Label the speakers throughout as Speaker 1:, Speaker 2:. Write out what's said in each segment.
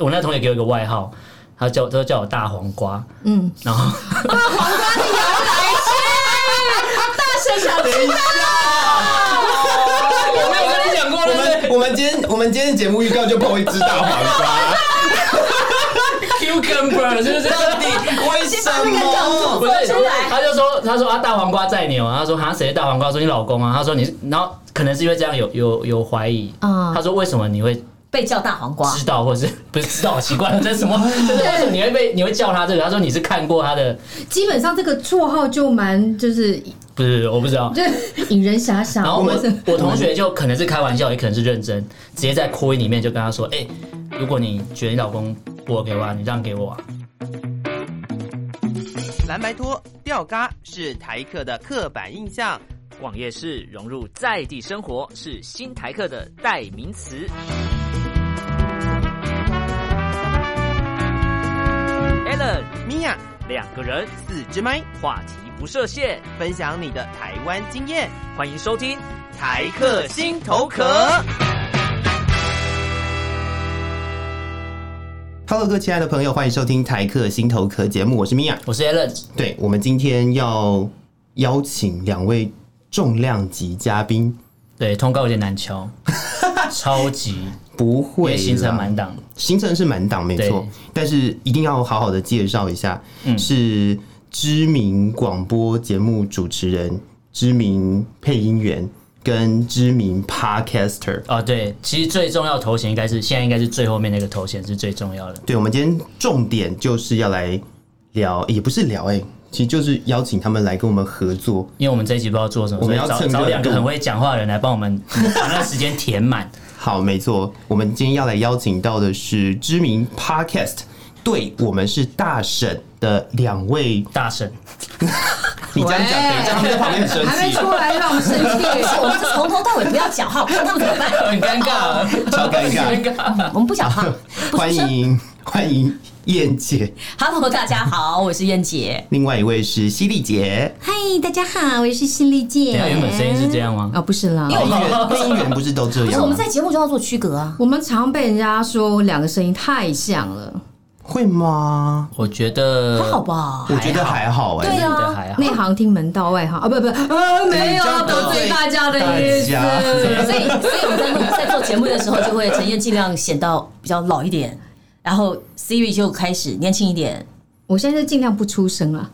Speaker 1: 我那同学给我一个外号，他叫他叫我大黄瓜，
Speaker 2: 嗯，
Speaker 1: 然后
Speaker 2: 大神小
Speaker 3: 等一下，
Speaker 1: 我没有跟你讲过
Speaker 3: 我们我们今天我们今天节目预告就碰一只大黄瓜，
Speaker 1: cucumber 是不 是？
Speaker 3: 到底为什
Speaker 2: 先把那个梗
Speaker 1: 不
Speaker 3: 么？
Speaker 1: 是
Speaker 2: 做出来，
Speaker 1: 他就说他说啊大黄瓜在你哦，他说哈谁是大黄瓜？我说你老公啊，他说你是，然后可能是因为这样有有有怀疑，
Speaker 2: 嗯
Speaker 1: 他说为什么你会
Speaker 2: 被叫大黄瓜
Speaker 1: 知，道，或是不是知道？奇怪，这是什么？这是为什么你会被你会叫他这个？他说你是看过他的，
Speaker 4: 基本上这个绰号就蛮就是
Speaker 1: 不是我不知道。
Speaker 4: 就是引人遐想。
Speaker 1: 然后
Speaker 4: 或
Speaker 1: 我
Speaker 4: 者是
Speaker 1: 我同学就可能是开玩笑，也可能是认真，直接在扩音里面就跟他说：“哎、如果你觉得你老公不 OK 的话，你让给我、啊。
Speaker 5: 蓝白拖吊嘎是台客的刻板印象。
Speaker 6: 逛夜市融入在地生活是新台客的代名词。Allen
Speaker 5: 米娅，
Speaker 6: 两个人
Speaker 5: 四支麦，
Speaker 6: 话题不设限，
Speaker 5: 分享你的台湾经验，
Speaker 6: 欢迎收听。
Speaker 5: 台客心头壳。
Speaker 3: Hello，各位亲爱的朋友，欢迎收听台客心头壳节目，我是米娅。
Speaker 1: 我是 Allen，
Speaker 3: 对，我们今天要邀请两位重量级嘉宾，
Speaker 1: 对，通告有点难 敲，超级，
Speaker 3: 不
Speaker 1: 因
Speaker 3: 会
Speaker 1: 为行程
Speaker 3: 啦
Speaker 1: 满档。
Speaker 3: 行程是满档没错
Speaker 1: 对，
Speaker 3: 但是一定要好好的介绍一下，
Speaker 1: 嗯
Speaker 3: 是知名广播节目主持人、知名配音员跟知名 podcaster。
Speaker 1: 哦，对，其实最重要的头衔应该是现在应该是最后面那个头衔是最重要的。
Speaker 3: 对，我们今天重点就是要来聊，也不是聊哎、其实就是邀请他们来跟我们合作。
Speaker 1: 因为我们这一集不知道做什么，
Speaker 3: 我们
Speaker 1: 所以
Speaker 3: 要
Speaker 1: 找
Speaker 3: 趁热
Speaker 1: 找两个
Speaker 3: 度
Speaker 1: 很会讲话的人来帮我们把那个时间填 满。
Speaker 3: 好，没错，我们今天要来邀请到的是知名 podcast，对我们是大婶的两位。
Speaker 1: 大神，
Speaker 3: 你这样讲，等一下他们在旁边很生
Speaker 4: 还没
Speaker 3: 气。
Speaker 4: 出来就让我们生 气，
Speaker 2: 我们就从头到尾不要讲话，我看他们怎么办，
Speaker 1: 很尴 尬，
Speaker 3: 超尴尬
Speaker 1: 很尬。
Speaker 2: 嗯我们不讲 话，不
Speaker 3: 欢
Speaker 2: 出声。
Speaker 3: 迎欢迎燕姐，
Speaker 2: Hello，大家好，我是燕姐。
Speaker 3: 另外一位是犀利姐。
Speaker 4: 嗨，大家好，我是犀利
Speaker 1: 等一啊下原
Speaker 4: 姐。
Speaker 1: 本声音是这样吗？
Speaker 4: 哦，不是啦，
Speaker 3: 配 音员配音员不是都这
Speaker 2: 不是
Speaker 3: 样
Speaker 2: 我们
Speaker 3: 吗？
Speaker 2: 在节目中要做区隔啊，
Speaker 4: 我们常被人家说两个声音太像了，
Speaker 3: 会吗？
Speaker 1: 我觉得
Speaker 2: 还好吧？
Speaker 3: 我觉得还好哎、
Speaker 4: 对
Speaker 1: 真的还
Speaker 4: 啊
Speaker 1: 好，
Speaker 4: 内行听门道，外行啊，不不，呃，没
Speaker 3: 你
Speaker 4: 有
Speaker 3: 这样
Speaker 4: 得罪大家的意思
Speaker 3: 大。家
Speaker 2: 所以，所以我们在录在做节目的时候，就会陈燕尽量显到比较老一点，然后 Siri 就开始年轻一点。
Speaker 4: 我现在是尽量不出声了，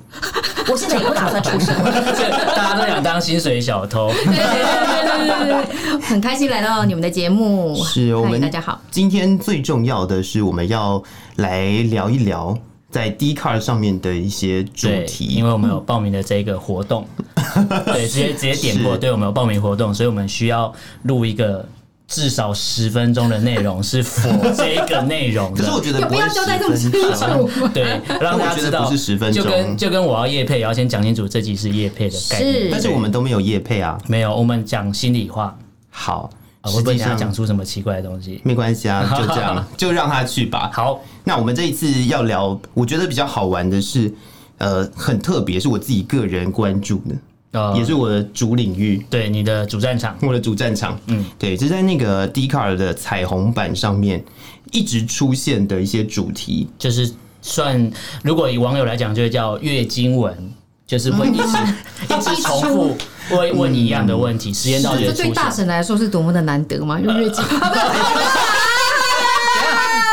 Speaker 2: 我现在也不打算出声，
Speaker 1: 大家都想当薪水小偷。
Speaker 4: 对对对对对对，很开心来到你们的节目，
Speaker 3: 是我
Speaker 4: 嗨
Speaker 3: 们
Speaker 4: 大家好，
Speaker 3: 今天最重要的是，我们要来聊一聊在 d c a r 上面的一些主
Speaker 1: 对，
Speaker 3: 题
Speaker 1: 因。为我们有报名的这个活 动，对，直接直接点过，
Speaker 3: 是
Speaker 1: 对我们有报名活动，所以我们需要录一个至少十分钟的内容是否这个内容
Speaker 3: 可
Speaker 1: 的
Speaker 3: 是。我觉得
Speaker 4: 有
Speaker 3: 不
Speaker 4: 必要
Speaker 3: 会
Speaker 4: 交代这么
Speaker 3: 十
Speaker 4: 清
Speaker 3: 分
Speaker 4: 楚
Speaker 3: 钟。
Speaker 4: 吗？
Speaker 1: 对，让大家知
Speaker 3: 我觉得
Speaker 1: 道
Speaker 3: 不是10分钟
Speaker 1: 就跟就跟我要叶配，也要先讲清楚这集是叶配的概念。
Speaker 4: 是
Speaker 3: 但是我们都没有夜配啊。
Speaker 1: 没有，我们讲心里话，
Speaker 3: 好，
Speaker 1: 啊、
Speaker 3: 实
Speaker 1: 会不会等一
Speaker 3: 际
Speaker 1: 下
Speaker 3: 上
Speaker 1: 讲出什么奇怪的东西？
Speaker 3: 没关系啊，就这样，就让他去吧。
Speaker 1: 好，
Speaker 3: 那我们这一次要聊，我觉得比较好玩的是，呃，很特别，是我自己个人关注的，
Speaker 1: 呃，
Speaker 3: 也是我的主领域，
Speaker 1: 对你的主战场，
Speaker 3: 我的主战场。嗯，对，这在那个 d c a r 的彩虹版上面一直出现的一些主题。
Speaker 1: 就是算如果以网友来讲，就会叫月经文，就是会一直
Speaker 4: 嗯
Speaker 1: 一直重 复问问一样的
Speaker 3: 嗯
Speaker 1: 问题，时间到就
Speaker 4: 这
Speaker 1: 会出
Speaker 4: 对
Speaker 1: 现。
Speaker 4: 大神来说是多么的难得吗？有月经，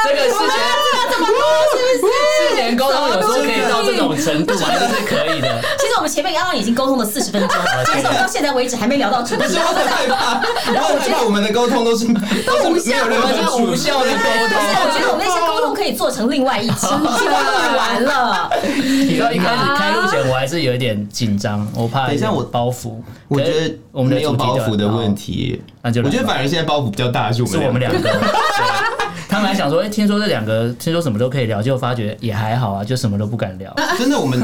Speaker 1: 这个事前事前沟通有时候可以到这种程度，还是可以 的。
Speaker 2: 其实我们前面刚刚已经沟通了四十 分钟，但是我们到现在为止还没聊到主
Speaker 3: 可
Speaker 2: 题
Speaker 3: 是。我很害怕，我很害怕我们的沟通都是都是没有任
Speaker 1: 我
Speaker 3: 何
Speaker 1: 们是
Speaker 3: 出
Speaker 1: 无效的沟
Speaker 2: 但是我觉得我们那些沟通可以做成另外一集，
Speaker 3: 哦
Speaker 2: 录完了。
Speaker 1: 你知道一开始开录前，我还是有一点紧张，我怕
Speaker 3: 等一下我
Speaker 1: 有包袱。
Speaker 3: 我觉
Speaker 1: 可
Speaker 3: 得
Speaker 1: 是我们的
Speaker 3: 没有
Speaker 1: 主题
Speaker 3: 包
Speaker 1: 就很
Speaker 3: 袱的
Speaker 1: 好
Speaker 3: 问，题，
Speaker 1: 那就来
Speaker 3: 我觉得
Speaker 1: 吧
Speaker 3: 反而现在包袱比较大，是我
Speaker 1: 是
Speaker 3: 们
Speaker 1: 我们两 个。对他们还想说，哎、听说这两个，听说什么都可以聊，结果发觉也还好啊，就什么都不敢聊。
Speaker 3: 真的我们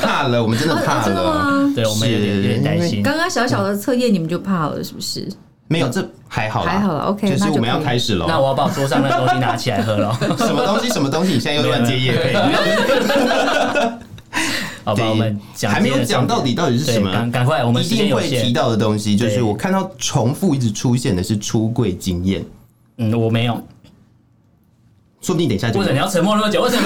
Speaker 3: 怕了，我们真的怕
Speaker 4: 哦真的
Speaker 3: 了。
Speaker 4: 吗？
Speaker 1: 对我们有点有点担心。
Speaker 4: 刚刚小小的测验你们就怕了，是不是？
Speaker 3: 没有，这还好啦，
Speaker 4: 还好啦，OK，
Speaker 3: 就是
Speaker 4: 那就
Speaker 3: 我们要
Speaker 4: 可以
Speaker 3: 开始了。
Speaker 1: 那我要把桌上的东西拿起来喝了，
Speaker 3: 什么东西？什么东西？你现在又乱接叶配？
Speaker 1: 好吧？我们讲
Speaker 3: 还没有讲到底到底是什么？
Speaker 1: 对赶赶快我们
Speaker 3: 一
Speaker 1: 时间
Speaker 3: 定
Speaker 1: 有
Speaker 3: 会提
Speaker 1: 限。
Speaker 3: 到的东西，就是
Speaker 1: 对
Speaker 3: 我看到重复一直出现的是出柜经验。
Speaker 1: 嗯，我没有，
Speaker 3: 说不定等一下就
Speaker 1: 或者你要沉默那么久，为什么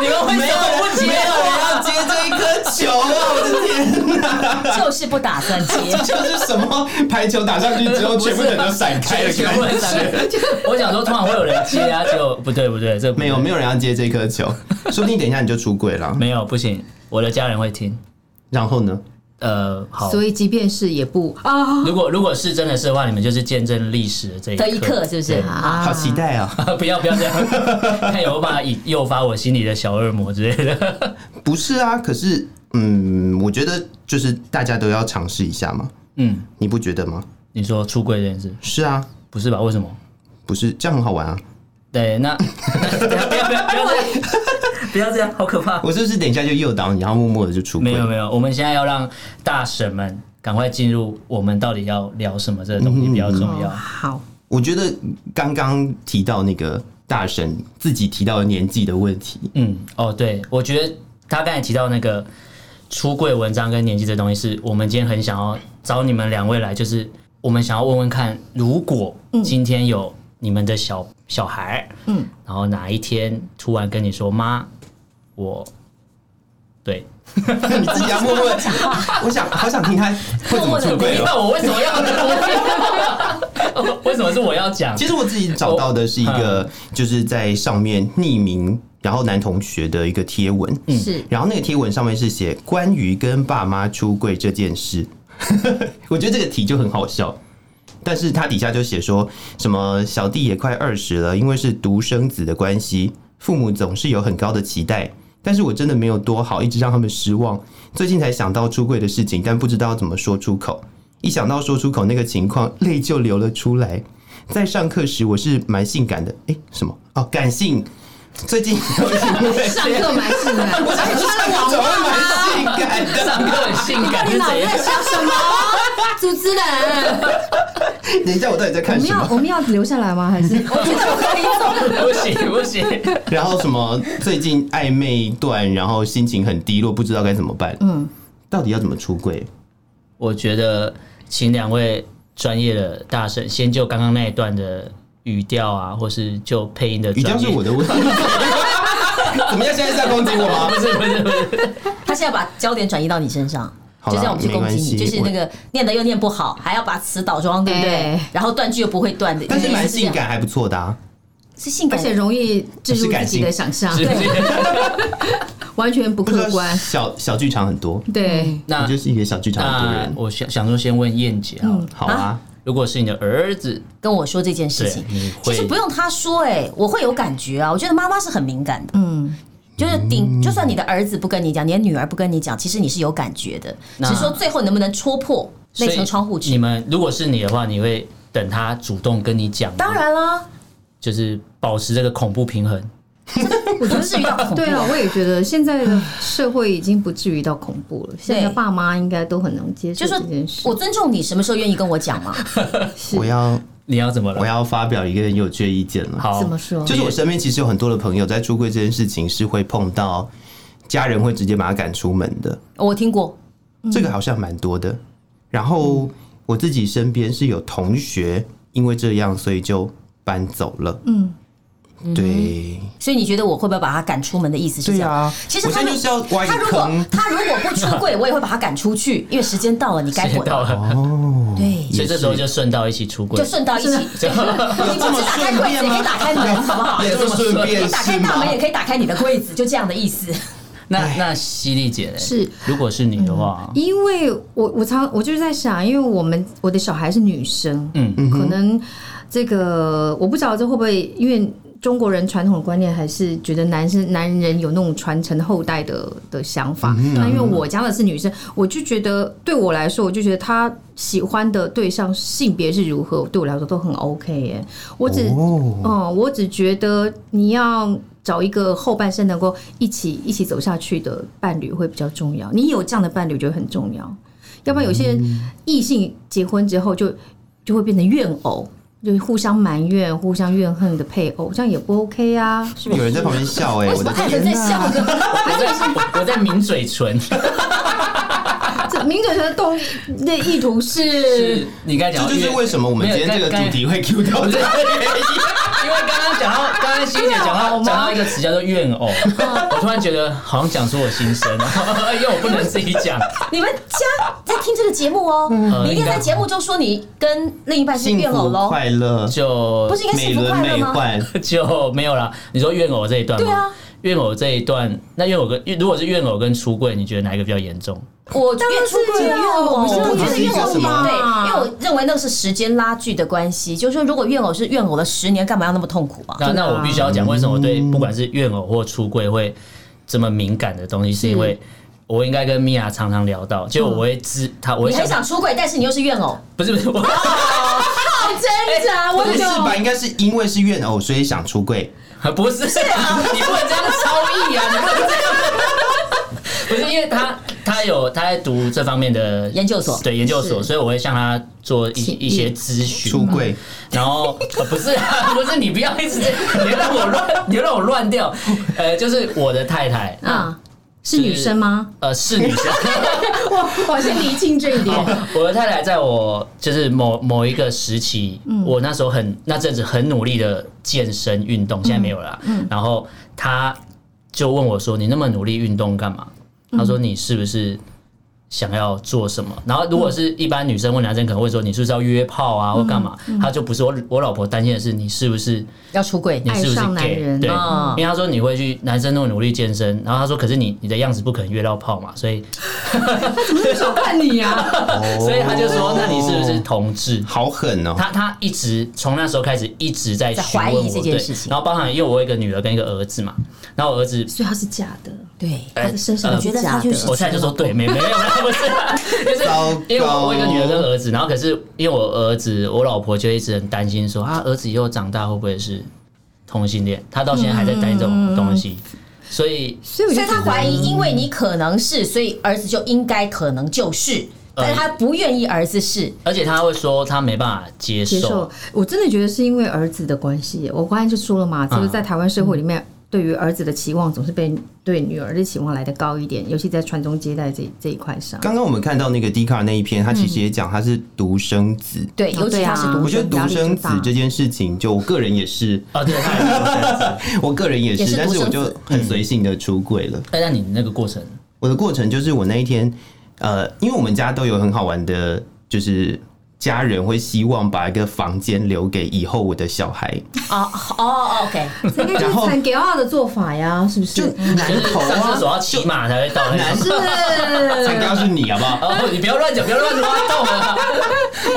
Speaker 1: 你要沉默那么久？你们 为什么不接啊？
Speaker 3: 哎接这一颗球啊！我的天，。
Speaker 2: 就是不打算接
Speaker 3: 就是什么排球打上去之后，全部人都闪开了，
Speaker 1: 全部人闪开。 我想说，通常会有人接啊，就不对不对，这
Speaker 3: 没有没
Speaker 1: 有
Speaker 3: 有人要接这颗球，说不定等一下你就出轨了。
Speaker 1: 没有不行，我的家人会听。
Speaker 3: 然后呢？
Speaker 1: 呃，好，
Speaker 4: 所以即便是也不啊，
Speaker 1: 如果如果是真的是的话，你们就是见证历史的这一
Speaker 2: 的一刻是不是？
Speaker 4: 啊
Speaker 3: 好期待啊！
Speaker 1: 对 不要不要这样， 哎看有没有办法引诱发我心里的小恶魔之类的。
Speaker 3: 不是啊，可是嗯，我觉得就是大家都要尝试一下嘛，
Speaker 1: 嗯，
Speaker 3: 你不觉得吗？
Speaker 1: 你说出柜这件事，
Speaker 3: 是啊，
Speaker 1: 不是吧？为什么？
Speaker 3: 不是这样很好玩啊！
Speaker 1: 对，那 不要不要不要不要这样，不要这样，好可怕。
Speaker 3: 我是不是等一下就诱导你，然后默默的就出轨？
Speaker 1: 没有没有，我们现在要让大婶们赶快进入我们到底要聊什么这个东西比较重要。
Speaker 4: 好，
Speaker 3: 我觉得刚刚提到那个大神自己提到的年纪的问题，
Speaker 1: 嗯，哦，对，我觉得他刚才提到那个出柜文章跟年纪这东西，是我们今天很想要找你们两位来，就是我们想要问问看，如果今天有你们的小小孩，嗯，然后哪一天突然跟你说妈，我对，
Speaker 3: 你自己要默默地讲。 我想好想听他会怎么出轨
Speaker 1: 你
Speaker 3: 哦。
Speaker 1: 看我为什么要？我 为什么是我要讲？
Speaker 3: 其实我自己找到的是一个，就是在上面匿名，然后男同学的一个贴文，
Speaker 4: 是
Speaker 3: 然后那个贴文上面是写关于跟爸妈出柜这件事， 我觉得这个题就很好笑。但是他底下就写说什么小弟也快二十了，因为是独生子的关系，父母总是有很高的期待，但是我真的没有多好，一直让他们失望。最近才想到出柜的事情，但不知道怎么说出口。一想到说出口那个情况，泪就流了出来。在上课时，我是蛮性感的，诶，什么？哦，感性。最近 有因为
Speaker 4: 上课蛮是的，
Speaker 3: 我想你穿的怎么会蛮性感的？
Speaker 1: 上课很性感是怎样？
Speaker 4: 想什么？ 主持人，
Speaker 3: 等一下，我到底在
Speaker 4: 我
Speaker 3: 看
Speaker 4: 们
Speaker 3: 什
Speaker 4: 要
Speaker 3: 么？
Speaker 4: 我们要留下来吗？还是
Speaker 1: 不行不行，
Speaker 3: 然后什么最近暧昧段，然后心情很低落，不知道该怎么办。嗯，到底要怎么出柜？
Speaker 1: 我觉得请两位专业的大神先就刚刚那一段的语调啊，或是就配音的
Speaker 3: 语调
Speaker 1: 专
Speaker 3: 是
Speaker 1: 业。
Speaker 3: 我的问题。怎么样？现在是在攻击我吗？
Speaker 1: 不是不是不是，
Speaker 2: 他是要把焦点转移到你身上。
Speaker 3: 好
Speaker 2: 就
Speaker 3: 啦
Speaker 2: 这样，我们去攻击你，
Speaker 3: 没关系
Speaker 2: 就是那个念的又念不好，还要把词倒装，对不对
Speaker 4: 哎？
Speaker 2: 然后断句又不会断的，
Speaker 3: 但是蛮
Speaker 2: 这样
Speaker 3: 性，感，还不错的啊。
Speaker 2: 是性
Speaker 4: 而
Speaker 2: 感
Speaker 4: 且，容易置
Speaker 3: 是
Speaker 4: 入
Speaker 3: 感
Speaker 4: 自己的
Speaker 3: 性
Speaker 4: 想象
Speaker 1: 是，不是？
Speaker 4: 完全不
Speaker 3: 不知
Speaker 4: 客
Speaker 3: 道
Speaker 4: 观。
Speaker 3: 小小剧场很多，
Speaker 4: 对，
Speaker 3: 我
Speaker 1: 那
Speaker 3: 就是一个小剧场很多
Speaker 1: 那
Speaker 3: 人。
Speaker 1: 我想想说，先问燕姐啊，
Speaker 3: 好啊，
Speaker 1: 如果是你的儿子，
Speaker 2: 跟我说这件事
Speaker 1: 对
Speaker 2: 情，，
Speaker 1: 你会
Speaker 2: 其实不用他说、哎，我会有感觉啊。我觉得妈妈是很敏感的，嗯，就是顶，就算你的儿子不跟你讲，你的女儿不跟你讲，其实你是有感觉的，只
Speaker 1: 那
Speaker 2: 是说最后能不能戳破那层窗户
Speaker 1: 所以你
Speaker 2: 纸。
Speaker 1: 们如果是你的话，你会等他主动跟你讲吗，
Speaker 2: 当然 啦，
Speaker 1: 就是保持这个恐怖平衡。
Speaker 2: 我不至于到恐怖。
Speaker 4: 对啊，我也觉得现在的社会已经不至于到恐怖了。现在的爸妈应该都很能接受
Speaker 2: 就
Speaker 4: 这
Speaker 2: 说
Speaker 4: 件事。
Speaker 2: 我尊重你，什么时候愿意跟我讲嘛？
Speaker 4: 是
Speaker 3: 我要
Speaker 1: 你要怎么了？
Speaker 3: 我要发表一个很有趣的意见了。
Speaker 1: 好
Speaker 4: 怎么说
Speaker 3: 就是我身边其实有很多的朋友在出柜这件事情是会碰到家人会直接把他赶出门的，
Speaker 2: 我听过，
Speaker 3: 这个好像蛮多的。然后我自己身边是有同学因为这样，所以就搬走了。嗯，对，
Speaker 2: 所以你觉得我会不会把他赶出门的意思是这
Speaker 3: 对
Speaker 2: 样？
Speaker 3: 啊。
Speaker 2: 其实
Speaker 3: 我
Speaker 2: 他
Speaker 3: 现
Speaker 2: 们
Speaker 3: 在就是要挖一
Speaker 2: 他
Speaker 3: 个
Speaker 2: 如果
Speaker 3: 坑。
Speaker 2: 他如果不出柜，我也会把他赶出去，因为时间到了，你该滚
Speaker 1: 到
Speaker 2: 了。
Speaker 1: 了，
Speaker 3: 哦
Speaker 2: 对，
Speaker 1: 所以这时候就顺道一起出轨
Speaker 2: 就。顺道一起，对你不是打开柜子，也可以打开门，好不好？
Speaker 3: 也啊这么顺便
Speaker 2: 你打开
Speaker 3: 是
Speaker 2: 大
Speaker 3: 吗
Speaker 2: 门？也可以打开你的柜子，就这样的意思。
Speaker 1: 那
Speaker 3: 哎
Speaker 1: 那犀利姐呢？
Speaker 4: 是，
Speaker 1: 如果是你的话，
Speaker 2: 嗯
Speaker 4: 因为我我常我就是在想，因为我们我的小孩是女生，
Speaker 1: 嗯
Speaker 4: 可能这个我不知道这会不会因为。中国人传统的观念还是觉得男生男人有那种传承后代的的想法。那因为我家的是女生，我就觉得对我来说，我就觉得他喜欢的对象性别是如何，对我来说都很 OK 耶。我只
Speaker 3: 哦，
Speaker 4: 嗯，我只觉得你要找一个后半生能够一起一起走下去的伴侣会比较重要。你有这样的伴侣，就很重要。要不然有些人异性结婚之后就就会变成怨偶，就是互相埋怨、互相怨恨的配偶，这样也不 OK 啊。是不
Speaker 3: 有
Speaker 4: 是
Speaker 3: 人在旁边笑哎、
Speaker 2: 为
Speaker 3: 我
Speaker 2: 什
Speaker 3: 的
Speaker 2: 么还有
Speaker 3: 天
Speaker 2: 人在
Speaker 3: 哪、
Speaker 2: 笑 呢？
Speaker 1: 我在我我在抿嘴唇，
Speaker 4: 这民主的动的意图是
Speaker 1: 是你刚才讲
Speaker 3: 这
Speaker 1: 到
Speaker 3: 就
Speaker 1: 约，
Speaker 3: 是为什么我们今天这个主题会 Q 到这个原因。
Speaker 1: 因为刚刚讲到，刚刚欣姐讲到讲到一个词叫做怨偶，
Speaker 2: 嗯
Speaker 1: 我突然觉得好像讲出我心声， 因为我不能自己讲。
Speaker 2: 你们家在听这个节目哦，你一定要在节目中说你跟另一半是
Speaker 3: 嗯幸
Speaker 2: 怨偶
Speaker 3: 福
Speaker 2: 喽，
Speaker 3: 快乐，
Speaker 1: 就
Speaker 2: 不是应该
Speaker 3: 美
Speaker 2: 幸福
Speaker 3: 轮
Speaker 2: 快乐
Speaker 3: 美
Speaker 2: 吗？啊
Speaker 3: 奂，
Speaker 1: 就没有啦。你说怨偶这一段吗？
Speaker 2: 对啊，
Speaker 1: 怨偶这一段，那怨偶跟如果是怨偶跟出柜，你觉得哪一个比较严重？
Speaker 2: 我觉得出轨怨偶，
Speaker 4: 当然是
Speaker 2: 我觉得怨偶
Speaker 3: 这样嘛
Speaker 2: 对，因为我认为那个是时间拉锯的关系，就是说如果怨偶是怨偶了十年，干嘛要那么痛苦啊？
Speaker 1: 那那我必须要讲，为什么我对不管是怨偶或出柜会这么敏感的东西，是因为我应该跟米娅常常聊到，就我会知他，我会
Speaker 2: 你很想出轨，但是你又是怨偶，哎
Speaker 1: 不是不是我。
Speaker 2: 好挣扎，我
Speaker 3: 不是吧？应该是因为是怨偶，所以想出柜。
Speaker 1: 不是啊，你不能这样超意啊，你不能这样。 不是因为他他有他在读这方面的
Speaker 2: 研究所
Speaker 1: 对研究所，
Speaker 4: 是
Speaker 1: 所以我会向他做一
Speaker 4: 请
Speaker 1: 一些咨询
Speaker 3: 出
Speaker 1: 嘛。
Speaker 3: 柜，
Speaker 1: 然后、呃不是啊， 不是你不要一直你要让我乱，你要让我乱掉。呃，就是我的太太，
Speaker 4: 啊，是女生吗？
Speaker 1: 呃，是女生。
Speaker 4: 我我先理清这一点。
Speaker 1: 我的太太在我就是某某一个时期，
Speaker 4: 嗯
Speaker 1: 我那时候很那阵子很努力的健身运动，现在没有了啦。
Speaker 4: 嗯
Speaker 1: 然后她就问我说：“你那么努力运动干嘛？”
Speaker 4: 嗯
Speaker 1: 她说：“你是不是想要做什么？”然后如果是一般女生问男生，可能会说：“你是不是要约炮
Speaker 4: 嗯
Speaker 1: 啊，或干嘛？”她就不是我我老婆担心的是你是不是
Speaker 2: 要出轨
Speaker 1: 你是不
Speaker 4: 爱
Speaker 1: 是
Speaker 4: 上
Speaker 1: gay？
Speaker 4: 男人
Speaker 1: 对，
Speaker 2: 嗯
Speaker 1: 因为他说你会去男生那么努力健身，然后他说可是你你的样子不可能约到炮嘛，所以
Speaker 4: 小看你呀，
Speaker 1: 所以他就说那你是不是同志？
Speaker 3: 哦好狠哦？
Speaker 1: 他他一直从那时候开始一直在
Speaker 2: 在
Speaker 1: 询
Speaker 2: 怀疑
Speaker 1: 问我
Speaker 2: 这件
Speaker 1: 对
Speaker 2: 事情
Speaker 1: 然后包含因为我有一个女儿跟一个儿子嘛，然后我儿子呃
Speaker 4: 所以她是假的，
Speaker 2: 对，
Speaker 4: 她的身上
Speaker 2: 我觉得
Speaker 4: 假
Speaker 2: 她就
Speaker 4: 的
Speaker 2: 是。
Speaker 1: 我现在就说对，没没有啦，不 是啦，就是
Speaker 3: 糟
Speaker 1: 因为我
Speaker 3: 糕
Speaker 1: 我有一个女儿跟儿子，然后可是因为我儿子，我老婆就一直很担心说啊，儿子以后长大会不会是同性恋？他到现在还在担心这种东西，
Speaker 2: 嗯
Speaker 1: 所以
Speaker 4: 所以我
Speaker 2: 所
Speaker 4: 就
Speaker 2: 以他怀疑，因为你可能是，所以儿子就应该可能就是，但是他不愿意儿子是，
Speaker 1: 而且他会说他没办法接受，
Speaker 4: 接受。我真的觉得是因为儿子的关系。我刚才就说了嘛，这个在台湾社会里面，对于儿子的期望总是被对女儿的期望来的高一点，尤其在传宗接代这这一块上。
Speaker 3: 刚刚我们看到那个 d 卡那一篇，他其实也讲他是独生子。
Speaker 2: 对，
Speaker 4: 哦
Speaker 2: 尤其他是独
Speaker 3: 我觉得
Speaker 2: 生，
Speaker 3: 独生子这件事情，就我个人也是，
Speaker 1: 啊，对，他也是独生子。
Speaker 3: 我个人也是，
Speaker 2: 也是独
Speaker 3: 但
Speaker 2: 生
Speaker 3: 是
Speaker 2: 子
Speaker 3: 我就很随性的出柜了。
Speaker 1: 哎，那你那个过程，
Speaker 3: 我的过程就是我那一天，呃，因为我们家都有很好玩的，就是家人会希望把一个房间留给以后我的小孩，
Speaker 2: 哦哦，OK，
Speaker 4: 这应该就是产给奥的做法呀，是不是
Speaker 3: 就？
Speaker 2: 嗯
Speaker 1: 就
Speaker 3: 南
Speaker 1: 是
Speaker 3: 投
Speaker 1: 上厕
Speaker 3: 啊，
Speaker 1: 所要骑马才会到那
Speaker 3: 南
Speaker 1: 种。
Speaker 3: 是才告诉你好不好？
Speaker 1: 哦，你不要乱讲，不要乱挖洞啊！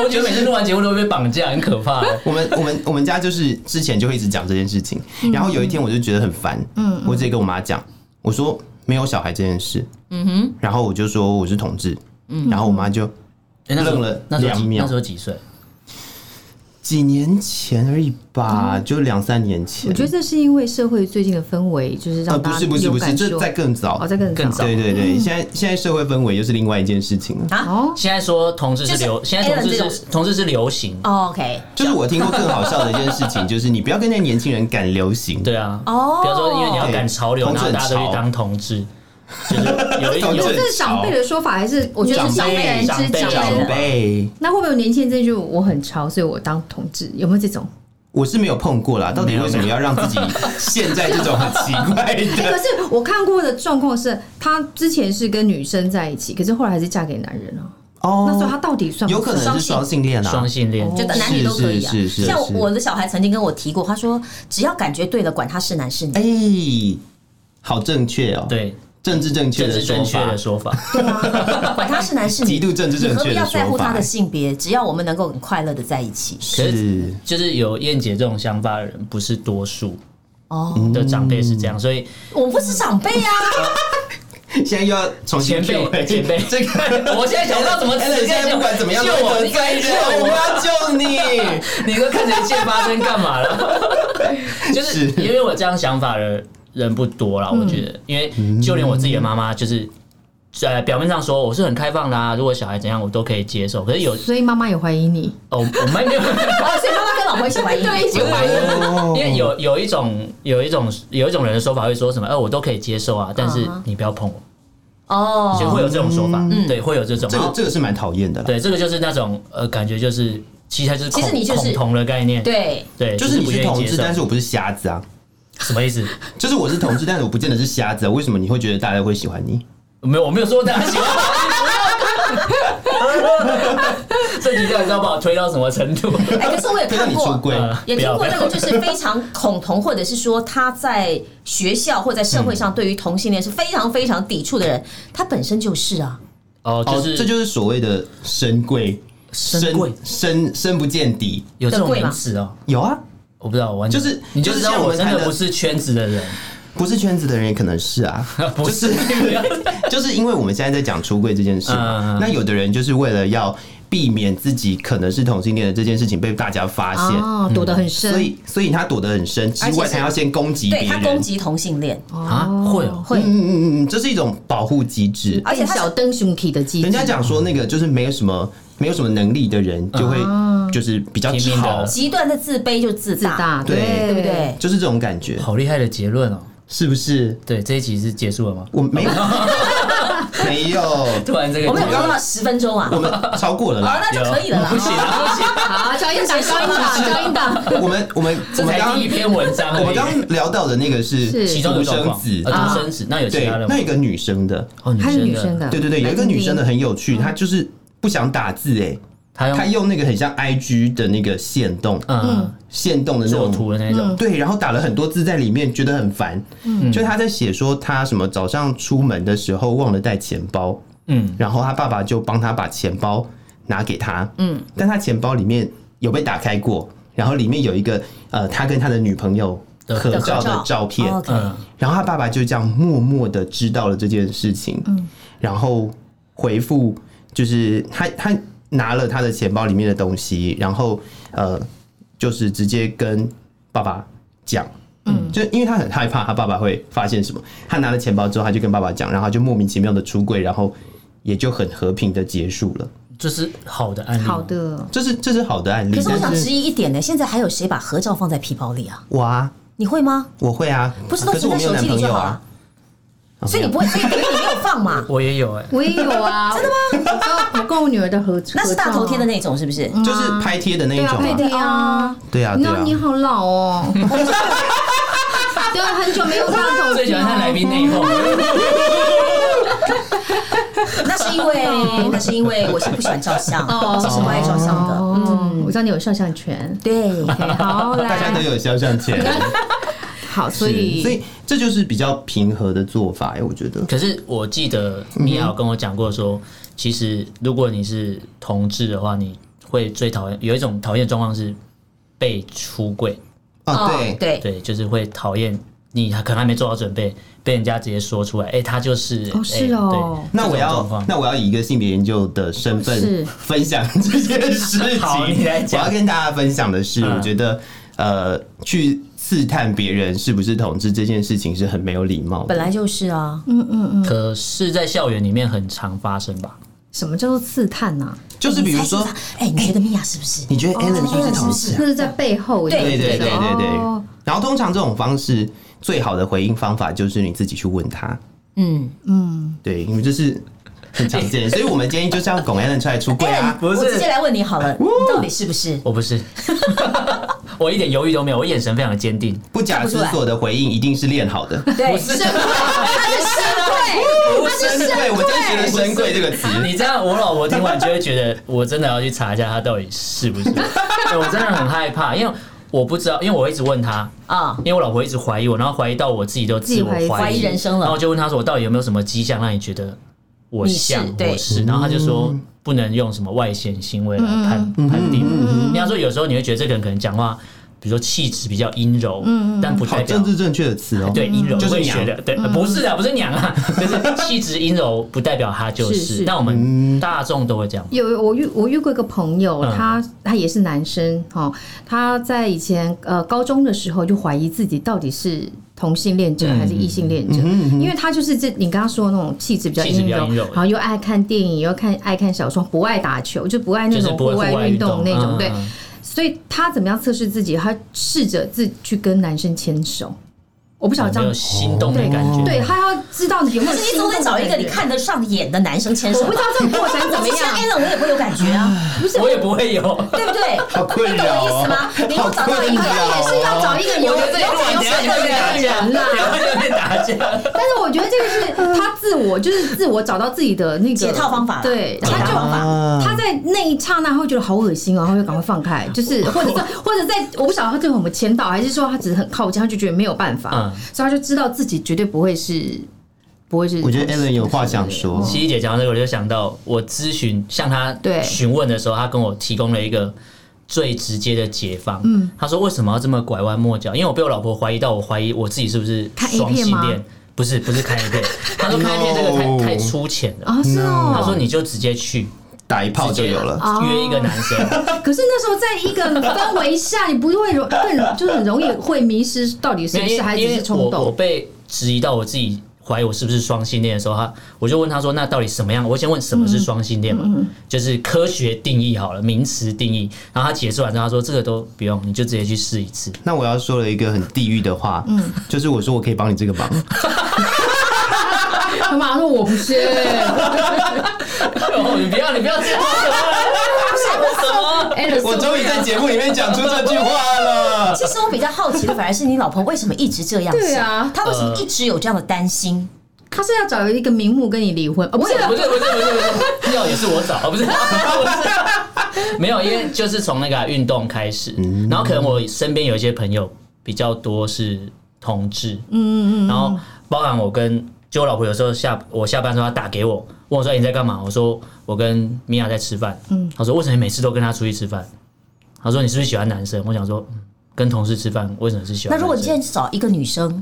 Speaker 1: 我觉得每次录完节目都会被绑架，很可怕。
Speaker 3: 我们我们我们家就是之前就会一直讲这件事情，
Speaker 4: 嗯
Speaker 3: 然后有一天我就觉得很烦，嗯，我直接跟我妈讲，我说没有小孩这件事，嗯哼，然后我就说我是同志，嗯，然后我妈就
Speaker 1: 哎那时候
Speaker 3: 愣了
Speaker 1: 那时候几
Speaker 3: 两秒
Speaker 1: 那时候几岁？
Speaker 3: 几年前而已吧，就两三年前，
Speaker 4: 哦我觉得这是因为社会最近的氛围，就是
Speaker 3: 呃
Speaker 4: 让大
Speaker 3: 不
Speaker 4: 家
Speaker 3: 是不是
Speaker 4: 有
Speaker 3: 不是，
Speaker 4: 感
Speaker 3: 这
Speaker 4: 受。
Speaker 3: 在更
Speaker 4: 哦，
Speaker 3: 早，
Speaker 4: 在更嗯
Speaker 1: 更早
Speaker 3: 对对对，现在现在社会氛围又是另外一件事情了。
Speaker 4: 哦，
Speaker 1: 啊现在说同志是流，
Speaker 2: 啊就是
Speaker 1: 现在同
Speaker 2: Alan 这
Speaker 1: 志
Speaker 2: 种
Speaker 1: 是同志是流行，
Speaker 2: 哦，OK，
Speaker 3: 就是我听过更好笑的一件事 情，就是你不要跟那些年轻人赶流行，
Speaker 1: 对啊。
Speaker 2: 哦
Speaker 1: 比如说，因为你要赶潮流，
Speaker 3: 对
Speaker 1: 然后大家都
Speaker 3: 哎同志很
Speaker 1: 去
Speaker 3: 潮
Speaker 1: 当同志，就是有一
Speaker 3: 同
Speaker 1: 有
Speaker 3: 志
Speaker 1: 一
Speaker 4: 这是长辈的说法，还是我觉得是
Speaker 1: 长
Speaker 4: 长
Speaker 1: 辈
Speaker 4: 辈人之
Speaker 1: 长辈
Speaker 4: 长辈
Speaker 3: 长
Speaker 4: 人。
Speaker 3: 辈，
Speaker 4: 那会不会有年轻人这句我很潮，所以我当同志？有没有这种？
Speaker 3: 我是没有碰过啦，到底为什么要让自己陷在这种很奇怪
Speaker 4: 哎、可
Speaker 3: 的？
Speaker 4: 是我看过的状况是，她之前是跟女生在一起，可是后来还是嫁给男人了、那时候她到底算不
Speaker 3: 哦有可能是双性恋啊，
Speaker 1: 双性恋，
Speaker 2: 哦就男女都可以啊
Speaker 3: 是是是。是
Speaker 2: 像我的小孩曾经跟我提过，他说只要感觉对了，管他是男是女。
Speaker 3: 哎、好正确哦，，
Speaker 1: 对
Speaker 3: 政治正确
Speaker 1: 政
Speaker 3: 的
Speaker 1: 治
Speaker 3: 说
Speaker 1: 正确
Speaker 3: 法
Speaker 1: 的，说法。
Speaker 2: 管他是男是女，
Speaker 3: 极度政治正
Speaker 2: 你何
Speaker 3: 确的
Speaker 2: 必要在乎
Speaker 3: 说法哎
Speaker 2: 他的性别？只要我们能够很快乐的在一起。
Speaker 1: 可
Speaker 3: 是
Speaker 1: 就是有燕姐这种想法的人不是多数
Speaker 2: 哦，
Speaker 3: 嗯
Speaker 1: 的长辈是这样，所以
Speaker 2: 我不是长辈 啊，
Speaker 3: 现在又要重新
Speaker 1: 前辈
Speaker 3: cue 回
Speaker 1: 前辈
Speaker 3: 嗯 这个。
Speaker 1: 我现在想不到怎么
Speaker 3: 哎，
Speaker 1: 指
Speaker 3: 现在不管怎么样，
Speaker 1: 救
Speaker 3: 都
Speaker 1: 我！
Speaker 3: 得
Speaker 1: 你看
Speaker 3: 罪
Speaker 1: 你
Speaker 3: 人，我要救你。
Speaker 1: 你都看谁先发生干嘛了？ 就是
Speaker 3: 是
Speaker 1: 因为我这样想法的人不多
Speaker 2: 嗯
Speaker 1: 啦，我觉得，因为就连我自己的妈妈，就是呃，表面上说我是很开放啦、啊如果小孩怎样我都可以接受，可是有
Speaker 4: 所以妈妈也怀疑你，
Speaker 1: 哦，我们没有。
Speaker 2: 哦，所以妈妈跟老婆一起怀疑，对，一起怀疑。
Speaker 1: 啊
Speaker 3: 哦
Speaker 1: 因为有有一种有一种有一种人的说法会说什么，呃，我都可以接受啊，但是你不要碰我，就
Speaker 2: 哦，嗯
Speaker 1: 会有这种说法，对，会有这种。哦
Speaker 3: 这个这个是蛮讨厌的啦。
Speaker 1: 对，这个就是那种呃，感觉就是其实它就是
Speaker 2: 其实
Speaker 1: 恐
Speaker 2: 你就是
Speaker 1: 恐同的概念，
Speaker 2: 对，
Speaker 1: 对，
Speaker 3: 就是是你
Speaker 1: 不
Speaker 3: 是
Speaker 1: 愿意
Speaker 3: 同
Speaker 1: 接
Speaker 3: 志，
Speaker 1: 受
Speaker 3: 但是我不是瞎子啊。
Speaker 1: 什么意思？
Speaker 3: 就是我是同志，但 是我不见得是瞎子啊。为什么你会觉得大家会喜欢你？
Speaker 1: 没有，我没有说大家喜欢我。这集到底是要把我推到什么程度？
Speaker 2: 哎、可是我也
Speaker 3: 对，让
Speaker 2: 看
Speaker 3: 你出
Speaker 2: 过。
Speaker 3: 柜，
Speaker 1: 呃
Speaker 2: 也
Speaker 1: 不
Speaker 2: 听
Speaker 1: 要
Speaker 2: 过
Speaker 1: 不
Speaker 2: 那
Speaker 1: 要
Speaker 2: 个，就是非常恐同，或者是说他在学校或在社会
Speaker 3: 嗯
Speaker 2: 上对于同性恋是非常非常抵触的人，他本身就是啊，
Speaker 1: 哦，就
Speaker 3: 哦，
Speaker 1: 是
Speaker 3: 这就是所谓的深贵，
Speaker 1: 深贵
Speaker 3: 深深不见底。
Speaker 1: 有这种
Speaker 2: 的贵吗
Speaker 1: 名词哦，
Speaker 3: 有啊，
Speaker 1: 我不知道，我完全
Speaker 3: 就是
Speaker 1: 你就
Speaker 3: 就是
Speaker 1: 知道
Speaker 3: 像我
Speaker 1: 我
Speaker 3: 们
Speaker 1: 真
Speaker 3: 谈
Speaker 1: 的
Speaker 3: 的
Speaker 1: 不是圈子的人，
Speaker 3: 不是圈子的人也可能是啊，
Speaker 1: 不是
Speaker 3: 就是 因为我们现在在讲出柜这件事嘛
Speaker 1: 嗯嗯嗯
Speaker 3: 那有的人就是为了要避免自己可能是同性恋的这件事情被大家发现，
Speaker 4: 哦，躲得很
Speaker 3: 嗯
Speaker 4: 深，
Speaker 3: 所以所以他躲得很深，之
Speaker 2: 而且
Speaker 3: 外
Speaker 2: 是
Speaker 3: 他要先攻击别
Speaker 2: 对
Speaker 3: 人，
Speaker 2: 他攻击同性恋，
Speaker 1: 啊，会哦，
Speaker 4: 会
Speaker 3: 嗯嗯嗯嗯，这是一种保护机制。
Speaker 2: 而且他是
Speaker 4: 小灯熊体的
Speaker 2: 嗯
Speaker 4: 机制，
Speaker 3: 人家讲说那个就是没有什么没有什么能力的人就会
Speaker 2: 哦
Speaker 3: 就是比较
Speaker 1: 拼命
Speaker 3: 吵
Speaker 1: 的，
Speaker 2: 极端的自卑就自
Speaker 4: 自
Speaker 2: 大，
Speaker 4: 大，
Speaker 3: 对
Speaker 2: 对不？对？
Speaker 3: 就是这种感觉，
Speaker 1: 好厉害的结论哦。
Speaker 3: 是不是？
Speaker 1: 对，这一集是结束了吗？
Speaker 3: 我 没有，没有，
Speaker 1: 突然这个
Speaker 2: 我们有
Speaker 1: 结
Speaker 2: 聊
Speaker 1: 论
Speaker 2: 到十分钟啊，
Speaker 3: 我
Speaker 2: 哦，
Speaker 3: 们超过了啦
Speaker 2: 那。就可以了啦。
Speaker 1: 不行啊，不行，
Speaker 4: 好，消音档，消音档，消音档，
Speaker 3: 我们我们我
Speaker 1: 这
Speaker 3: 们
Speaker 1: 才
Speaker 3: 刚
Speaker 1: 第一篇文章而已，
Speaker 3: 我们刚刚聊到的那个是
Speaker 4: 是
Speaker 1: 其中有
Speaker 3: 独
Speaker 1: 状
Speaker 3: 生
Speaker 1: 况
Speaker 3: 子，
Speaker 1: 啊，独生子，那有其
Speaker 3: 对
Speaker 1: 他的，吗
Speaker 3: 那？有一个女生的，
Speaker 1: 哦，
Speaker 4: 她是女生
Speaker 1: 的，
Speaker 4: 的，
Speaker 3: 对对对，有一个
Speaker 4: 来听
Speaker 3: 女生的
Speaker 4: 听，
Speaker 3: 很有趣，
Speaker 2: 嗯
Speaker 3: 她就是不想打字哎，
Speaker 1: 他用
Speaker 3: 她用那个很像 I G 的那个线动
Speaker 1: 嗯
Speaker 3: 线动的那
Speaker 1: 做
Speaker 3: 种
Speaker 1: 图的那种，
Speaker 3: 对，然后打了很多字在里面，觉得很烦。
Speaker 2: 嗯
Speaker 3: 就他在写说他什么早上出门的时候忘了带钱包，
Speaker 1: 嗯，
Speaker 3: 然后他爸爸就帮他把钱包拿给他，嗯，但他钱包里面有被打开过，然后里面有一个呃他跟他的女朋友
Speaker 1: 的
Speaker 3: 合
Speaker 2: 的
Speaker 3: 照
Speaker 2: 合
Speaker 3: 的
Speaker 2: 照
Speaker 3: 照片，
Speaker 2: 哦，OK
Speaker 1: 嗯，
Speaker 3: 然后他爸爸就这样默默的知道了这件事情，嗯，然后回复就是他他拿了他的钱包里面的东西，然后呃，就是直接跟爸爸讲。嗯，就因为他很害怕他爸爸会发现什么，他拿了钱包之后，他就跟爸爸讲，然后他就莫名其妙的出柜，然后也就很和平的结束了。
Speaker 1: 就是好的案例，？
Speaker 4: 好，的，
Speaker 3: 这是这是好的案例。
Speaker 2: 可是我想
Speaker 3: 但
Speaker 2: 质疑一点呢，现在还有谁把合照放在皮包里啊？
Speaker 3: 我啊，
Speaker 2: 你会吗？
Speaker 3: 我会啊，
Speaker 2: 不是都
Speaker 3: 可是
Speaker 2: 存
Speaker 3: 我
Speaker 2: 在
Speaker 3: 没有
Speaker 2: 手
Speaker 3: 男
Speaker 2: 机
Speaker 3: 朋
Speaker 2: 里就
Speaker 3: 友
Speaker 2: 好
Speaker 3: 啊
Speaker 2: 了，。所以你不会，所以你啊没有放嘛
Speaker 1: 我也有哎，
Speaker 4: 我也有啊，真的吗？我跟我女儿的合照，
Speaker 2: 那是大头贴的那种，是不是？
Speaker 3: 就是拍贴的那一
Speaker 4: 对
Speaker 3: 种
Speaker 4: 啊，配
Speaker 3: 啊。啊
Speaker 4: 对
Speaker 3: 对啊，
Speaker 4: 啊，
Speaker 3: 对
Speaker 4: 那
Speaker 3: 啊。
Speaker 4: 你好老哦， 对啊，很久没有大头贴了，
Speaker 1: 最喜欢看来宾内讧，
Speaker 2: 那是因 为，那是因为我是不喜欢照相，
Speaker 4: 哦
Speaker 2: 其实不爱照相的。
Speaker 4: 嗯，我知道你有肖像权。
Speaker 2: 对，
Speaker 4: OK，好，
Speaker 3: 大家都
Speaker 4: 来，
Speaker 3: 有肖像权，
Speaker 4: 好，所以
Speaker 3: 所以这就是比较平和的做法哎，我觉得。
Speaker 1: 可是我记得米娅有跟我讲过说，其实如果你是同志的话，你会最讨厌有一种讨厌的状况是被出柜，
Speaker 3: 啊，
Speaker 2: 哦
Speaker 3: 对，
Speaker 2: 对，
Speaker 1: 对，就是会讨厌你可能还没做好准备，被人家直接说出来，哎、他就是，
Speaker 4: 哦
Speaker 1: 哎
Speaker 4: 是哦
Speaker 1: 对
Speaker 3: 那我
Speaker 1: 这种状
Speaker 3: 要
Speaker 1: 况
Speaker 3: 那我要以一个性别研究的身份
Speaker 4: 是
Speaker 3: 分享这件事情。
Speaker 1: 好你来讲
Speaker 3: 我要跟大家分享的是，
Speaker 1: 嗯
Speaker 3: 我觉得呃，去刺探别人是不是同志这件事情是很没有礼貌的。
Speaker 2: 本来就是啊，
Speaker 1: 可是，在校园里面很常发生吧？
Speaker 4: 什么叫做刺探呢？
Speaker 3: 就是比如说
Speaker 2: 你猜，是不是，哎，你觉得米娅是不是？
Speaker 3: 你觉得 Alan 是不是同志啊？
Speaker 4: 那是在背后，
Speaker 3: 对
Speaker 2: 对
Speaker 3: 对对对对
Speaker 4: 哦。
Speaker 3: 然后通常这种方式最好的回应方法就是你自己去问他。
Speaker 2: 嗯，
Speaker 3: 对，因为这是很常 见的，所以我们今天就是要拱 Alan 出来出柜
Speaker 1: 哎
Speaker 3: 啊。
Speaker 2: 我直接来问你好了，你到底是不是？
Speaker 1: 我不是， 我一点犹豫都没有，我眼神非常的坚定。
Speaker 3: 不假思索的回应一定是练 好的。
Speaker 2: 对，是不
Speaker 3: 深
Speaker 1: 啊
Speaker 3: 贵，我真的觉得“深贵”这个词。
Speaker 1: 你这样，我老婆听完就会觉得，我真的要去查一下他到底是不是。对我真的很害怕，因为我不知道，因为我一直问他，
Speaker 2: 啊，
Speaker 1: 因为我老婆一直怀疑我，然后怀疑到我自己都自我
Speaker 4: 自己
Speaker 1: 怀
Speaker 4: 怀
Speaker 2: 疑人生了
Speaker 1: 然后我就问他说：“我到底有没有什么迹象让你觉得我像
Speaker 2: 你是对
Speaker 1: 我是？”然后他就说：“不能用什么外显行为来
Speaker 2: 嗯
Speaker 1: 判判定。”人家说有时候你会觉得这个人可能讲话，比如说气质比较阴柔，
Speaker 2: 嗯
Speaker 1: 但不
Speaker 3: 好
Speaker 1: 代表
Speaker 3: 政。治正确的词哦。
Speaker 1: 对，阴柔
Speaker 3: 就是
Speaker 1: 会
Speaker 3: 娘
Speaker 1: 学的，对，呃
Speaker 4: 嗯
Speaker 1: 不是啊，不是娘 啊，就是气质阴柔，不代表他就是是。
Speaker 4: 是
Speaker 1: 但我们大众都会这样，
Speaker 4: 有我遇我遇过一个朋友，
Speaker 1: 嗯
Speaker 4: 他他也是男生哦，他在以前呃高中的时候就怀疑自己到底是同性恋者还是异性恋者，因为他就是这你刚刚说的那种气质比较
Speaker 1: 气质
Speaker 4: 阴
Speaker 1: 比较
Speaker 4: 柔
Speaker 1: 阴柔，
Speaker 4: 然后又爱看电影，又看爱看小说，不爱打球，就不爱
Speaker 1: 就
Speaker 4: 那
Speaker 1: 是
Speaker 4: 种
Speaker 1: 不
Speaker 4: 户
Speaker 1: 会
Speaker 4: 外
Speaker 1: 外
Speaker 4: 运动那种，
Speaker 1: 嗯
Speaker 4: 对
Speaker 1: 嗯。嗯
Speaker 4: 所以他怎么样测试自己？他试着自己去跟男生牵手，我不晓得
Speaker 1: 有
Speaker 4: 这
Speaker 1: 啊没有
Speaker 4: 样，
Speaker 1: 心动的感觉？
Speaker 4: 对，他要知道你有没有
Speaker 2: 可是你
Speaker 4: 心
Speaker 2: 总
Speaker 4: 动的
Speaker 2: 得
Speaker 4: 感觉，
Speaker 2: 找一个你看得上眼的男生牵手
Speaker 4: 我
Speaker 2: 吧。
Speaker 4: 不知道这个过程怎么
Speaker 2: 像
Speaker 4: 样，
Speaker 2: Alan，我也不会有感觉啊，
Speaker 1: 我也不会有。
Speaker 2: 对不对？
Speaker 3: 好困
Speaker 2: 你懂
Speaker 3: 扰
Speaker 2: 我意
Speaker 3: 哦
Speaker 2: 思吗？你
Speaker 3: 好
Speaker 2: 又找到一
Speaker 3: 困
Speaker 2: 个
Speaker 3: 扰哦
Speaker 4: 也是要找一个有
Speaker 1: 我觉得这一路
Speaker 4: 有 啊
Speaker 1: 等一下就会
Speaker 4: 水分的
Speaker 1: 打架，
Speaker 4: 人啦。
Speaker 1: 等一下就会打架。
Speaker 4: 但是我觉得这个是他自我，就是自我找到自己的那个
Speaker 2: 解套方法啦
Speaker 4: 对，
Speaker 2: 解
Speaker 4: 他
Speaker 2: 套
Speaker 4: 就
Speaker 2: 方法。
Speaker 3: 啊
Speaker 4: 他在那一刹那会觉得好恶心哦，然后就赶快放开，就是或者在或者在我不晓得他对我们签到，还是说他只是很靠近，他就觉得没有办法，
Speaker 1: 嗯
Speaker 4: 所以他就知道自己绝对不会是不会是。
Speaker 3: 我
Speaker 1: 嗯
Speaker 3: 觉得 Alan 有话想说，
Speaker 1: 西西姐讲到这个，我就想到我咨询向她
Speaker 4: 对
Speaker 1: 询问的时候，她跟我提供了一个最直接的解方。嗯，她说为什么要这么拐弯抹角？因为我被我老婆怀疑到，我怀疑我自己是不是
Speaker 4: 看 A
Speaker 1: 双
Speaker 4: 片
Speaker 1: 性
Speaker 4: 吗
Speaker 1: 恋？不是，不是看 A 片。她说看 A 片这个
Speaker 3: No
Speaker 1: 太太粗浅了。
Speaker 4: 啊，是哦。
Speaker 1: 嗯她说你就直接去
Speaker 3: 打一炮就有了。
Speaker 4: 哦
Speaker 1: 约一个男生，
Speaker 4: 可是那时候在一个氛围下，你不会容更就是很容易会迷失到底是不
Speaker 1: 因
Speaker 4: 是
Speaker 1: 为
Speaker 4: 还
Speaker 1: 因
Speaker 4: 只
Speaker 1: 为
Speaker 4: 是冲
Speaker 1: 我我
Speaker 4: 动。
Speaker 1: 被质疑到我自己怀疑我是不是双性恋的时候，他我就问他说：“那到底什么样？”我先问什么是双性恋嘛，就是科学定义好了，名词定义。然后他解释完之后，他说：“这个都不用，你就直接去试一次。
Speaker 3: 那我要说了一个很地狱的话，
Speaker 1: 嗯
Speaker 3: 就是我说我可以帮你这个忙，
Speaker 4: 他妈说我不是，
Speaker 1: 哦”你不要，你不要 这样。
Speaker 3: 我终于在节目里面讲出这句话了。
Speaker 2: 其实我比较好奇的反而是你老婆为什么一直这样想？
Speaker 4: 对啊
Speaker 2: 她为什么一直有这样的担心？
Speaker 4: 他是要找一个名目跟你离婚啊？不是，
Speaker 1: 不是不是不是不是，药也是我找，哦不是 不是，没有，因为就是从那个运动开始，然后可能我身边有一些朋友比较多是同志，嗯嗯嗯，然后包含我跟就我老婆有时候下我下班的时候她打给我，问我说、哎你在干嘛，我说我跟米娅在吃饭，嗯，她说为什么你每次都跟她出去吃饭？她说你是不是喜欢男生？我想说。嗯跟同事吃饭为什么是喜欢男生？
Speaker 2: 那如果你现在找一个女生，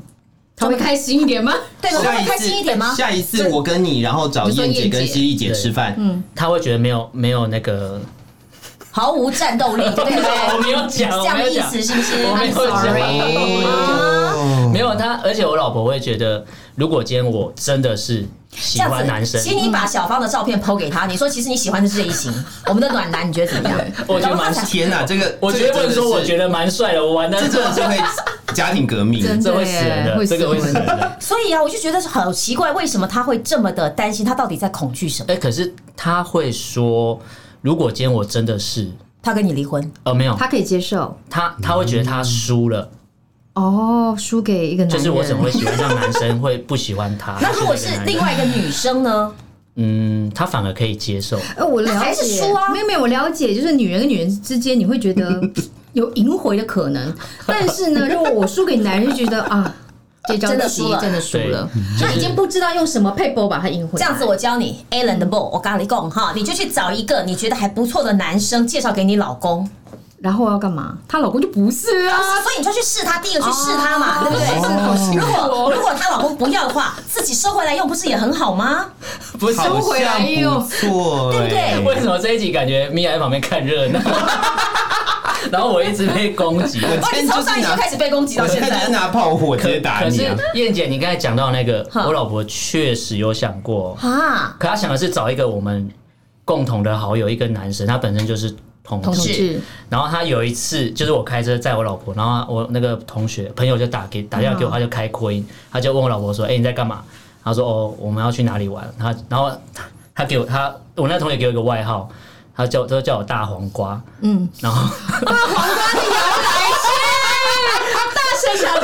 Speaker 4: 他会开心一点吗？
Speaker 2: 对吧？
Speaker 3: 下
Speaker 2: 会
Speaker 3: 一
Speaker 2: 开心一点吗
Speaker 3: 次，？下一次我跟你，然后找
Speaker 4: 你说
Speaker 3: 燕姐
Speaker 4: 燕姐
Speaker 3: 跟犀利姐吃饭，
Speaker 1: 他会觉得没有没有那个，
Speaker 2: 毫无战斗力，对不对？
Speaker 1: 我没有讲，
Speaker 2: 这
Speaker 1: 我
Speaker 2: 样
Speaker 1: 没
Speaker 2: 的
Speaker 1: 有
Speaker 2: 意
Speaker 1: 讲，
Speaker 2: 思是不是？
Speaker 1: 我没有
Speaker 2: I'm
Speaker 1: 讲
Speaker 2: sorry
Speaker 1: 没有他，而且我老婆会觉得，如果今天我真的是喜
Speaker 2: 这样
Speaker 1: 欢
Speaker 2: 子，
Speaker 1: 男生，
Speaker 2: 请你把小芳的照片剖给他，你说其实你喜欢的是这一 型，我们的暖男，你觉得怎么样？
Speaker 1: 我觉得蛮
Speaker 2: 然后他，才
Speaker 3: 天哪，这个
Speaker 1: 我直接问说，我觉
Speaker 3: 得
Speaker 1: 得蛮帅的，我玩的
Speaker 3: 这真的是会家庭革命，
Speaker 4: 真
Speaker 1: 这会死人
Speaker 4: 对耶
Speaker 1: 的，这个会死人的。
Speaker 2: 所以啊，我就觉得是好奇怪，为什么他会这么的担心？他到底在恐惧什么？
Speaker 1: 哎，可是他会说，如果今天我真的是，
Speaker 2: 他跟你离婚，
Speaker 1: 呃，没有，
Speaker 4: 他可以接受
Speaker 1: 他他会觉得他输了，
Speaker 4: 哦，输给一个男
Speaker 1: 就
Speaker 4: 人，
Speaker 1: 是我怎么会喜欢上男生，会不喜欢他？
Speaker 2: 那如果是
Speaker 1: 他一个男人
Speaker 2: 另外一个女生呢？
Speaker 1: 嗯，他反而可以接受。
Speaker 4: 呃，我了解，
Speaker 2: 那还是输啊
Speaker 4: 没有没有，我了解，就是女人跟女人之间，你会觉 得有赢回的可 能，但是呢，如果我输给男人，就觉得啊，这张
Speaker 2: 真的
Speaker 4: 棋
Speaker 2: 输了
Speaker 4: 真的输
Speaker 1: 对
Speaker 4: 了，那已经不知道用什么配波把它赢回
Speaker 2: 这
Speaker 4: 来。
Speaker 2: 样子，我教你 Alan 的 ball，我咖喱贡哈，你就去找一个你觉得还不错的男生介绍给你老公，
Speaker 4: 然后我要干嘛？她老公就不是啊，
Speaker 2: 所以你就去试他，第一个去试他嘛，对不
Speaker 4: 真
Speaker 2: 对？
Speaker 4: 的好辛
Speaker 2: 如
Speaker 4: 苦
Speaker 2: 果
Speaker 4: 哦。
Speaker 2: 如果她老公不要的话，自己收回来用不是也很好吗？
Speaker 1: 不是
Speaker 3: 好
Speaker 4: 收回来
Speaker 3: 像不欸错，
Speaker 2: 对不对
Speaker 3: 哎
Speaker 1: 为什么这一集感觉米娅在旁边看热 闹，然后我一直被攻击？
Speaker 2: 哇，哦你从上一集就开始被攻击到
Speaker 3: 我
Speaker 2: 现
Speaker 3: 现在
Speaker 2: 在
Speaker 3: 就，拿炮火直
Speaker 1: 可
Speaker 3: 接打
Speaker 1: 可
Speaker 3: 你
Speaker 1: 是
Speaker 3: 啊！
Speaker 1: 燕姐，你刚才讲到那个，
Speaker 2: 哈
Speaker 1: 我老婆确实有想过，
Speaker 2: 啊，
Speaker 1: 可她想的是找一个我们共同的好友，一个男生，他本身就是同
Speaker 4: 同
Speaker 1: 志。
Speaker 4: 志，
Speaker 1: 然后他有一次，就是我开车载我老婆，然后我那个同学朋友就打给打电话给我，他就开扩音，他就问我老婆说：“哎、你在干嘛？”他说：“哦，我们要去哪里玩？”他然后他他给我他我那同学给我一个外号，他叫他叫我大黄瓜，嗯，然后
Speaker 2: 啊
Speaker 3: 等一下，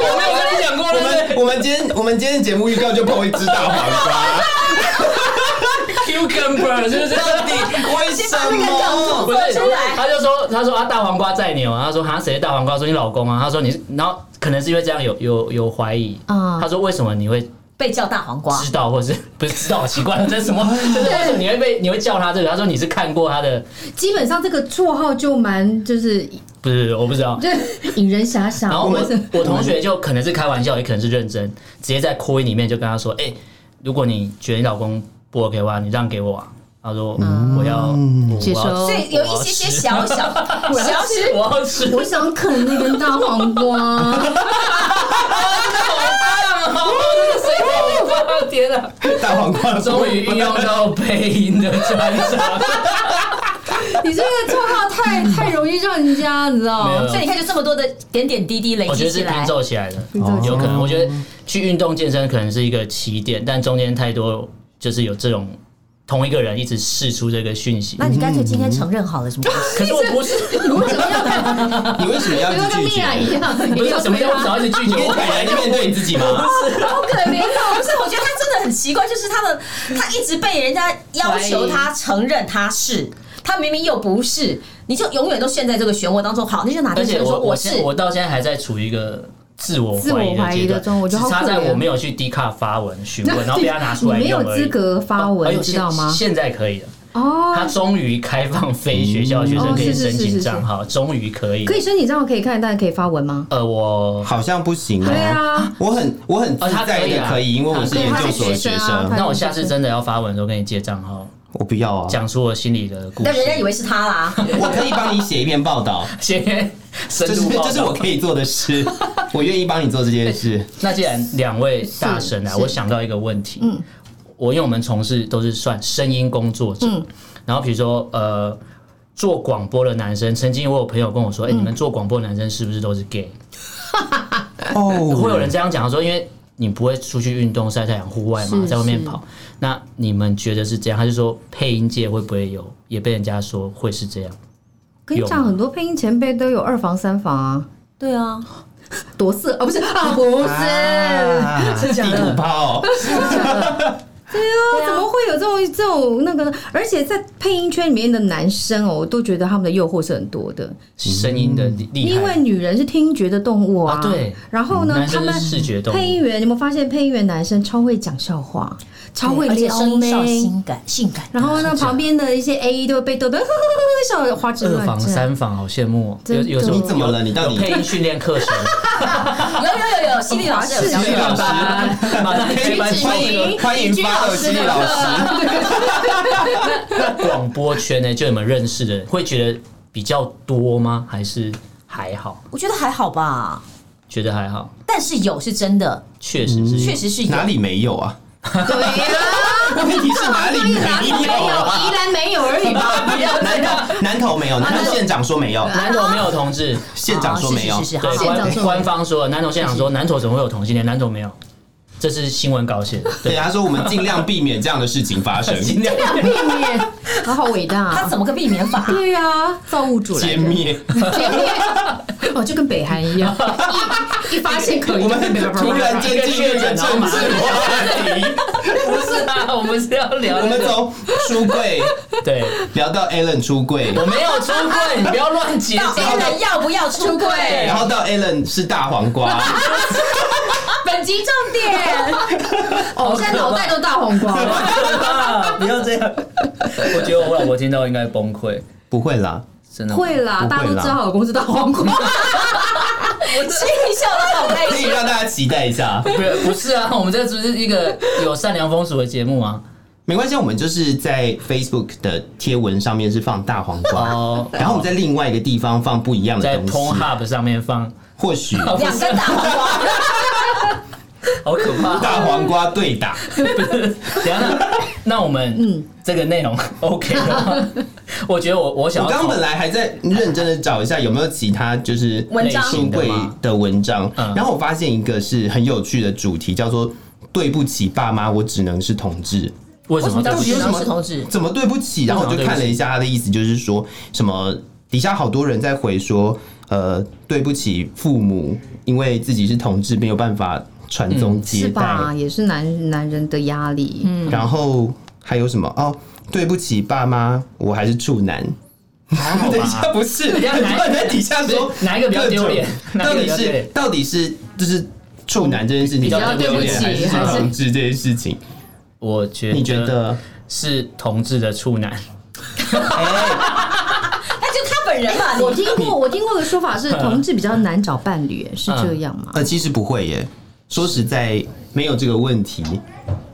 Speaker 1: 我没有跟你讲过
Speaker 3: 我们我们今天我们今天节目预告就碰一只大黄瓜，
Speaker 1: cucumber 是不是？
Speaker 3: 到底为什么？
Speaker 1: 不是，他就说，他说啊，大黄瓜在你哦。他说啊，谁大黄瓜？说你老公啊。他说你是，然后可能是因为这样有有有怀疑。
Speaker 4: 啊
Speaker 1: 他说为什么你会
Speaker 2: 被叫大黄瓜
Speaker 1: 知，道，或者是不是知道？奇怪，这是什 么？就是为什么你会被你会叫他这个？他说你是看过他的，
Speaker 4: 基本上这个绰号就蛮就是
Speaker 1: 不是我不知道。
Speaker 4: 就是引人遐想。
Speaker 1: 然后我
Speaker 4: 或者
Speaker 1: 我同学就可能是开玩笑，也可能是认真，直接在扩音里面就跟他说：“哎、如果你觉得你老公不 OK 的话，你让给我啊。”他说：“我要我
Speaker 4: 接
Speaker 1: 要
Speaker 4: 收
Speaker 2: 所以有一些些小小小
Speaker 1: 吃我要吃，
Speaker 4: 我想啃那根大黄瓜。
Speaker 1: 我天啊！
Speaker 3: 大黄瓜
Speaker 1: 终于运用到配音的专长，
Speaker 4: 你这个绰号太太容容易让人家，你知道
Speaker 1: 没有没有
Speaker 2: 所以你看，就这么多的点点滴滴累
Speaker 1: 我觉
Speaker 2: 积
Speaker 1: 得
Speaker 2: 起
Speaker 1: 是拼
Speaker 2: 来，
Speaker 1: 凑起来的，
Speaker 4: 哎
Speaker 1: 哦
Speaker 4: 拼凑起来
Speaker 1: 有可能。我觉得去运动健身可能是一个起点，但中间太多就是有这种同一个人一直试出这个讯息。
Speaker 2: 那你干脆今天承认好了，什么？
Speaker 1: 可是我不是，
Speaker 3: 你为什么要
Speaker 4: 不要
Speaker 3: 一
Speaker 4: 跟
Speaker 3: 直拒
Speaker 4: 丽
Speaker 3: 绝？
Speaker 4: 雅一样，
Speaker 1: 不是什么叫我只要一直拒绝？
Speaker 3: 你
Speaker 1: 我本
Speaker 3: 坦
Speaker 1: 来
Speaker 3: 然
Speaker 1: 就
Speaker 3: 地面对你自己吗？
Speaker 4: 好可
Speaker 2: 没
Speaker 4: 怜
Speaker 2: 有，不是，我觉得他真的很奇怪，就是他的他一直被人家要求他承认他是，他明明又不是，你就永远都陷在这个漩涡当中。好，那就拿
Speaker 1: 而
Speaker 2: 着
Speaker 1: 且
Speaker 2: 钱说
Speaker 1: 我我
Speaker 2: 是
Speaker 1: 现，我到现在还在处于一个自我
Speaker 4: 自我怀
Speaker 1: 怀
Speaker 4: 疑
Speaker 1: 疑
Speaker 4: 的
Speaker 1: 的阶
Speaker 4: 中我
Speaker 1: 段，
Speaker 4: 觉
Speaker 1: 只
Speaker 4: 得好
Speaker 1: 差在
Speaker 4: 可怜
Speaker 1: 我没有去 D 卡发文询问，然后被他拿出来
Speaker 4: 你没
Speaker 1: 用
Speaker 4: 有
Speaker 1: 而已
Speaker 4: 资格发
Speaker 1: 哎
Speaker 4: 文，
Speaker 1: 呦
Speaker 4: 你知道吗？
Speaker 1: 现现在可以了，他
Speaker 4: 哦，
Speaker 1: 终于开放非学校的学生可以
Speaker 4: 哦是是
Speaker 1: 申
Speaker 4: 是是
Speaker 1: 请
Speaker 4: 是
Speaker 1: 账号，终于可以了。
Speaker 4: 可以申请账号可以看，但可以发文吗？
Speaker 1: 呃，我
Speaker 3: 好像不行哦
Speaker 4: 对。啊，
Speaker 3: 我很我很
Speaker 1: 哦
Speaker 3: 自
Speaker 1: 他可以啊
Speaker 3: 在的可以，因为我是研究所的学
Speaker 4: 对他是学生啊
Speaker 3: 生，
Speaker 1: 那我下次真的要发文的时候跟你借账号，
Speaker 3: 我不要啊。
Speaker 1: 讲出我心里的故
Speaker 2: 但人家
Speaker 1: 事。
Speaker 2: 以为是他啦。
Speaker 3: 我可以帮你写一篇 报道，
Speaker 1: 先深
Speaker 3: 这是
Speaker 1: 入报
Speaker 3: 这是我
Speaker 1: 道。
Speaker 3: 可以做的事，我愿意帮你做这件事。
Speaker 1: 那既然两位大神来，
Speaker 4: 是是
Speaker 1: 我想到一个问题。嗯，我因为我们从事都是算声音工作者，
Speaker 4: 嗯
Speaker 1: 然后比如说呃，做广播的男生，曾经我有朋友跟我说，哎、
Speaker 4: 嗯
Speaker 1: 你们做广播的男生是不是都是 gay？
Speaker 4: 嗯
Speaker 3: 哦
Speaker 1: 会有人这样讲说，因为你不会出去运动晒太阳、户外嘛，
Speaker 4: 是
Speaker 1: 在外面
Speaker 4: 是
Speaker 1: 跑。那你们觉得是这样？他就说配音界会不会有也被人家说会是这样？
Speaker 4: 跟你
Speaker 1: 有
Speaker 4: 讲，很多配音前辈都有二房、三房啊，
Speaker 2: 对啊，
Speaker 4: 夺色啊，不是啊，不是，
Speaker 3: 是地图炮，
Speaker 4: 对啊，怎么会有这种这种那个呢？而且在配音圈里面的男生哦，我都觉得他们的诱惑是很多的，
Speaker 1: 声音的厉害，
Speaker 4: 因为女人是听觉的动物啊，
Speaker 1: 啊对。
Speaker 4: 然后呢
Speaker 1: 男，
Speaker 4: 他
Speaker 1: 生
Speaker 4: 们
Speaker 1: 是视觉动物
Speaker 4: 配音员，你有没有发现配音员男生超会讲笑话，超会
Speaker 2: 而且
Speaker 4: 撩
Speaker 2: 声音上
Speaker 4: 妹？
Speaker 2: 性感性感。
Speaker 4: 然后呢，旁边的一些 A E 都会被逗得呵呵呵呵笑花枝
Speaker 1: 二
Speaker 4: 乱
Speaker 1: 房
Speaker 4: 颤。
Speaker 1: 三房好羡慕、哦，有
Speaker 4: 真的
Speaker 1: 有时候
Speaker 4: 你
Speaker 3: 怎么了你到底
Speaker 1: 有配音训练课 程？
Speaker 2: 有有有有，心理老师有
Speaker 4: 是
Speaker 2: 教
Speaker 4: 是
Speaker 2: 过
Speaker 4: 老
Speaker 2: 吧
Speaker 4: 师
Speaker 1: 马 上接班
Speaker 3: 欢迎欢迎八六七老师，
Speaker 1: 那广播圈呢？就你们认识的人，会觉得比较多吗？还是还好？
Speaker 2: 我觉得还好吧，
Speaker 1: 觉得还好，
Speaker 2: 但是有是真的，
Speaker 1: 确实是有。
Speaker 2: 嗯确实是有。
Speaker 3: 哪里没有啊？
Speaker 4: 对呀，
Speaker 3: 问题是哪里
Speaker 4: 哪里没
Speaker 3: 没
Speaker 4: 有？
Speaker 3: 有啊？
Speaker 4: 宜兰没有而已吧。
Speaker 3: 南投南投没有，南投县长说没有，
Speaker 1: 南投没有同志，
Speaker 3: 县长说没有
Speaker 2: 哦是是是是
Speaker 1: 对
Speaker 2: 好
Speaker 4: 县长
Speaker 1: 官
Speaker 4: 说
Speaker 1: 官方说了，南投县长说南投怎么会有同性恋？南投没有，这是新闻稿写的。
Speaker 3: 对，他说我们尽量避免这样的事情发生。
Speaker 1: 尽量
Speaker 4: 避免，他好伟大
Speaker 2: 他
Speaker 4: 啊！
Speaker 2: 怎么个避免 法？
Speaker 4: 对呀，造物主来
Speaker 3: 歼
Speaker 4: 着
Speaker 3: 灭，
Speaker 4: 歼灭 哦，就跟北韩一样， 一一发现可疑，
Speaker 3: 我们突然间进入一个政治话题，
Speaker 1: 不是啊， 我们是要聊
Speaker 3: 我
Speaker 1: 那
Speaker 3: 们
Speaker 1: 个。
Speaker 3: 从出柜
Speaker 1: 对，
Speaker 3: 聊到 Alan 出柜，
Speaker 1: 我没有出柜，你不要乱 结
Speaker 2: 到 A
Speaker 1: 账。
Speaker 2: 人要不要出
Speaker 1: 啊
Speaker 2: 柜？
Speaker 3: 然后到 Alan 是大黄瓜，
Speaker 4: 本集重 点，哦，现在脑袋都大红 光了。
Speaker 1: 不要这样，我觉得我老婆听到应该崩溃，
Speaker 3: 不会啦，
Speaker 1: 真的。
Speaker 4: 会啦，
Speaker 3: 不会啦
Speaker 4: 大家都知道老公是大 黄瓜，
Speaker 2: 我 心里笑得好开
Speaker 3: 可以
Speaker 2: 心。
Speaker 3: 让大家期待一下。
Speaker 1: 不是不是啊，我们这只是一个有善良风俗的节目啊。
Speaker 3: 没关系，我们就是在 Facebook 的贴文上面是放大黄瓜，
Speaker 1: 哦
Speaker 3: 然后我们在另外一个地方放不一样
Speaker 1: 在
Speaker 3: 的
Speaker 1: p
Speaker 3: 东
Speaker 1: o
Speaker 3: 西。
Speaker 1: Hub 上面放，
Speaker 3: 或许
Speaker 2: 两根大黄瓜，
Speaker 1: 好可怕。
Speaker 3: 大黄瓜对打，
Speaker 1: 等一下，那那我们这个内容 OK 的吗？我觉得我我想
Speaker 3: 我
Speaker 1: 要
Speaker 3: 刚刚
Speaker 1: 考
Speaker 3: 本来还在认真的找一下有没有其他就是
Speaker 2: 文章
Speaker 3: 出柜的文章
Speaker 1: 嗯，
Speaker 3: 然后我发现一个是很有趣的主题，叫做“对不起爸妈，我只能是同志”。
Speaker 1: 为什么
Speaker 2: 为什么
Speaker 1: 到底
Speaker 2: 只
Speaker 1: 有什
Speaker 2: 能
Speaker 1: 么
Speaker 2: 是同志？
Speaker 3: 怎么对不起？然后我就看了一下他的意思，就是说什么底下好多人在回说，呃，对不起父母，因为自己是同志，没有办法传
Speaker 1: 嗯
Speaker 3: 宗接
Speaker 4: 是
Speaker 3: 代。
Speaker 4: 吧？也是男男人的压力。
Speaker 3: 然后还有什么？哦，对不起爸妈，我还是处男。等一下，不是，很
Speaker 1: 下
Speaker 3: 多
Speaker 1: 哪一
Speaker 3: 人在底下说
Speaker 1: 哪一个比较丢脸
Speaker 3: 各
Speaker 1: 哪一
Speaker 3: 种到
Speaker 1: 个
Speaker 3: 底
Speaker 1: 比较丢
Speaker 3: 是
Speaker 1: 脸
Speaker 3: 到底是就是处男这件事情
Speaker 1: 比较
Speaker 3: 丢
Speaker 1: 对不
Speaker 3: 脸，
Speaker 1: 起
Speaker 3: 还是
Speaker 4: 还是
Speaker 3: 同志这件事情？
Speaker 1: 我觉
Speaker 3: 你觉得？
Speaker 1: 是同志的处男？
Speaker 2: 那就他本人嘛。
Speaker 4: 我听过，我听过的说法是，
Speaker 1: 嗯
Speaker 4: 同志比较难找伴侣，是这样吗？
Speaker 3: 呃，其实不会耶。说实在，没有这个问题。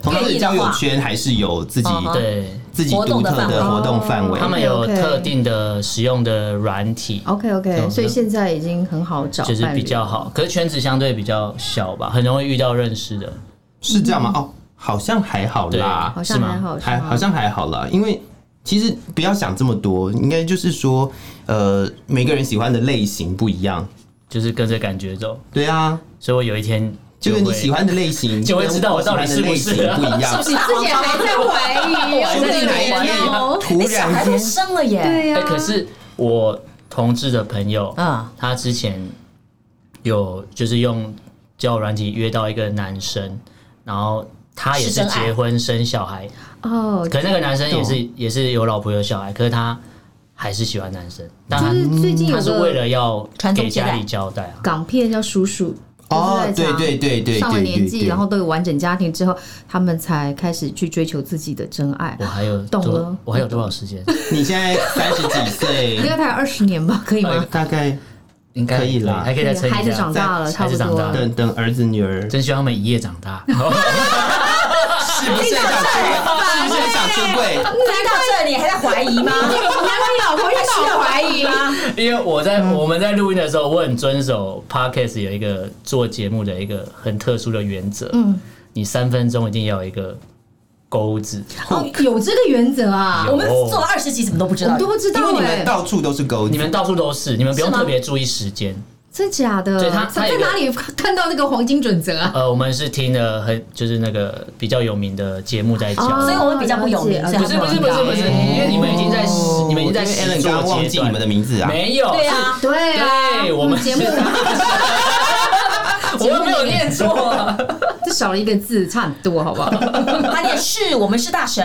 Speaker 3: 同志的交友圈还是有自己
Speaker 4: 嗯
Speaker 2: 愿意的话
Speaker 1: 对，
Speaker 3: 自己独特的活动范围
Speaker 1: 他。们有
Speaker 4: OK，OK 哦
Speaker 1: 特定的使用的软体，
Speaker 4: OK
Speaker 1: 有
Speaker 4: OK，所以现在已经很好找
Speaker 1: 就是
Speaker 4: 伴侣
Speaker 1: 比较好，可是圈子相对比较小吧，很容易遇到认识的。
Speaker 3: 是这样吗？哦，好像还好啦
Speaker 4: 好，
Speaker 1: 是
Speaker 4: 像
Speaker 1: 吗
Speaker 4: 还好，
Speaker 3: 还好像还好啦，因为其实不要想这么多，应该就是说，呃，每个人喜欢的类型不一样。
Speaker 1: 就是跟着感觉走。
Speaker 3: 对啊，
Speaker 1: 所以我有一天
Speaker 3: 就是你
Speaker 1: 会哎
Speaker 3: 喜欢的类型，
Speaker 1: 就会知道我到底是不是啊
Speaker 3: 跟我喜欢的类型不一样。
Speaker 4: 是之前还在怀疑，
Speaker 3: 说不定哪一天突
Speaker 2: 你哎小
Speaker 3: 然
Speaker 2: 孩都
Speaker 3: 间，
Speaker 2: 生了耶，
Speaker 4: 哦对呀、啊
Speaker 1: 哎、
Speaker 3: 啊
Speaker 1: 可是我同志的朋友，
Speaker 2: 嗯
Speaker 1: 他之前有就是用交友软体约到一个男生，然后他也
Speaker 2: 是
Speaker 1: 是
Speaker 2: 真爱
Speaker 1: 结婚生小孩，
Speaker 4: 哦，
Speaker 1: 可是那个男生也是也是有老婆有小孩，可是他还是喜欢男生，但他
Speaker 4: 就是最近有
Speaker 1: 他是为
Speaker 4: 个
Speaker 1: 了要
Speaker 2: 传宗
Speaker 1: 给
Speaker 2: 接代
Speaker 1: 家里交代啊。
Speaker 4: 港片叫《叔叔》，
Speaker 3: 哦，
Speaker 4: 就是
Speaker 3: 对
Speaker 4: 在讲
Speaker 3: 对对对，
Speaker 4: 上了
Speaker 3: 对
Speaker 4: 年
Speaker 3: 对
Speaker 4: 纪，
Speaker 3: 对
Speaker 4: 然后都有完整家庭之后，他们才开始去追求自己的真爱
Speaker 1: 我。还有
Speaker 4: 懂
Speaker 1: 多
Speaker 4: 了
Speaker 1: 我还有多少时 间？
Speaker 3: 你现在三十几
Speaker 4: 应该
Speaker 3: 岁，
Speaker 4: 大概二十年吧，可以
Speaker 1: 哦
Speaker 4: 吗？
Speaker 3: 大概
Speaker 1: 应该
Speaker 3: 可以啦
Speaker 1: 还可以再撑一下。
Speaker 4: 孩子长大了，差
Speaker 1: 孩
Speaker 4: 不
Speaker 1: 子长大
Speaker 4: 多。
Speaker 1: 了，
Speaker 3: 等等儿子女儿
Speaker 1: 真希望他们一夜长 大。
Speaker 3: 是不是想出柜？是不是想出柜？
Speaker 2: 听到这里还在怀疑吗？
Speaker 4: 老 婆也
Speaker 2: 需要怀疑
Speaker 3: 哦
Speaker 2: 吗？
Speaker 1: 因为我在、
Speaker 2: 嗯
Speaker 1: 我们在录音的时候，我很遵守 podcast 有一个做节目的一个很特殊的原则，嗯，你三分钟一定要有一个钩子，
Speaker 2: 嗯
Speaker 4: 哦，有这个原则啊，
Speaker 1: 有
Speaker 2: 我们做了二十集，怎么都不知
Speaker 4: 我
Speaker 2: 道
Speaker 4: 们都。不知
Speaker 3: 因为
Speaker 4: 道
Speaker 3: 你
Speaker 4: 哎
Speaker 3: 们，到处都是狗，
Speaker 1: 你们到处都是，你们不用
Speaker 2: 是吗
Speaker 1: 特别注意时间。
Speaker 4: 真假的？
Speaker 1: 对他他
Speaker 4: 在
Speaker 1: 有一个
Speaker 4: 哪里看到那个黄金准则啊？
Speaker 1: 呃，我们是听了很就是那个比较有名的节目在讲。
Speaker 2: 哦所以我们比较不有名
Speaker 4: 了解
Speaker 2: 所以
Speaker 1: 不是不是不是不是，
Speaker 4: 哦
Speaker 1: 因为你们已经在
Speaker 3: 哦
Speaker 1: 你们已经在
Speaker 3: 因为 Alan
Speaker 1: 实作
Speaker 3: 刚刚忘
Speaker 1: 阶
Speaker 3: 记
Speaker 1: 段
Speaker 3: 你们的名字啊
Speaker 1: 没有，
Speaker 2: 对啊，
Speaker 4: 对啊，
Speaker 1: 对我们
Speaker 4: 节目
Speaker 1: 是我又没有念错，
Speaker 4: 这少了一个字，差很 多，好不好？
Speaker 2: 他念是我们是大婶，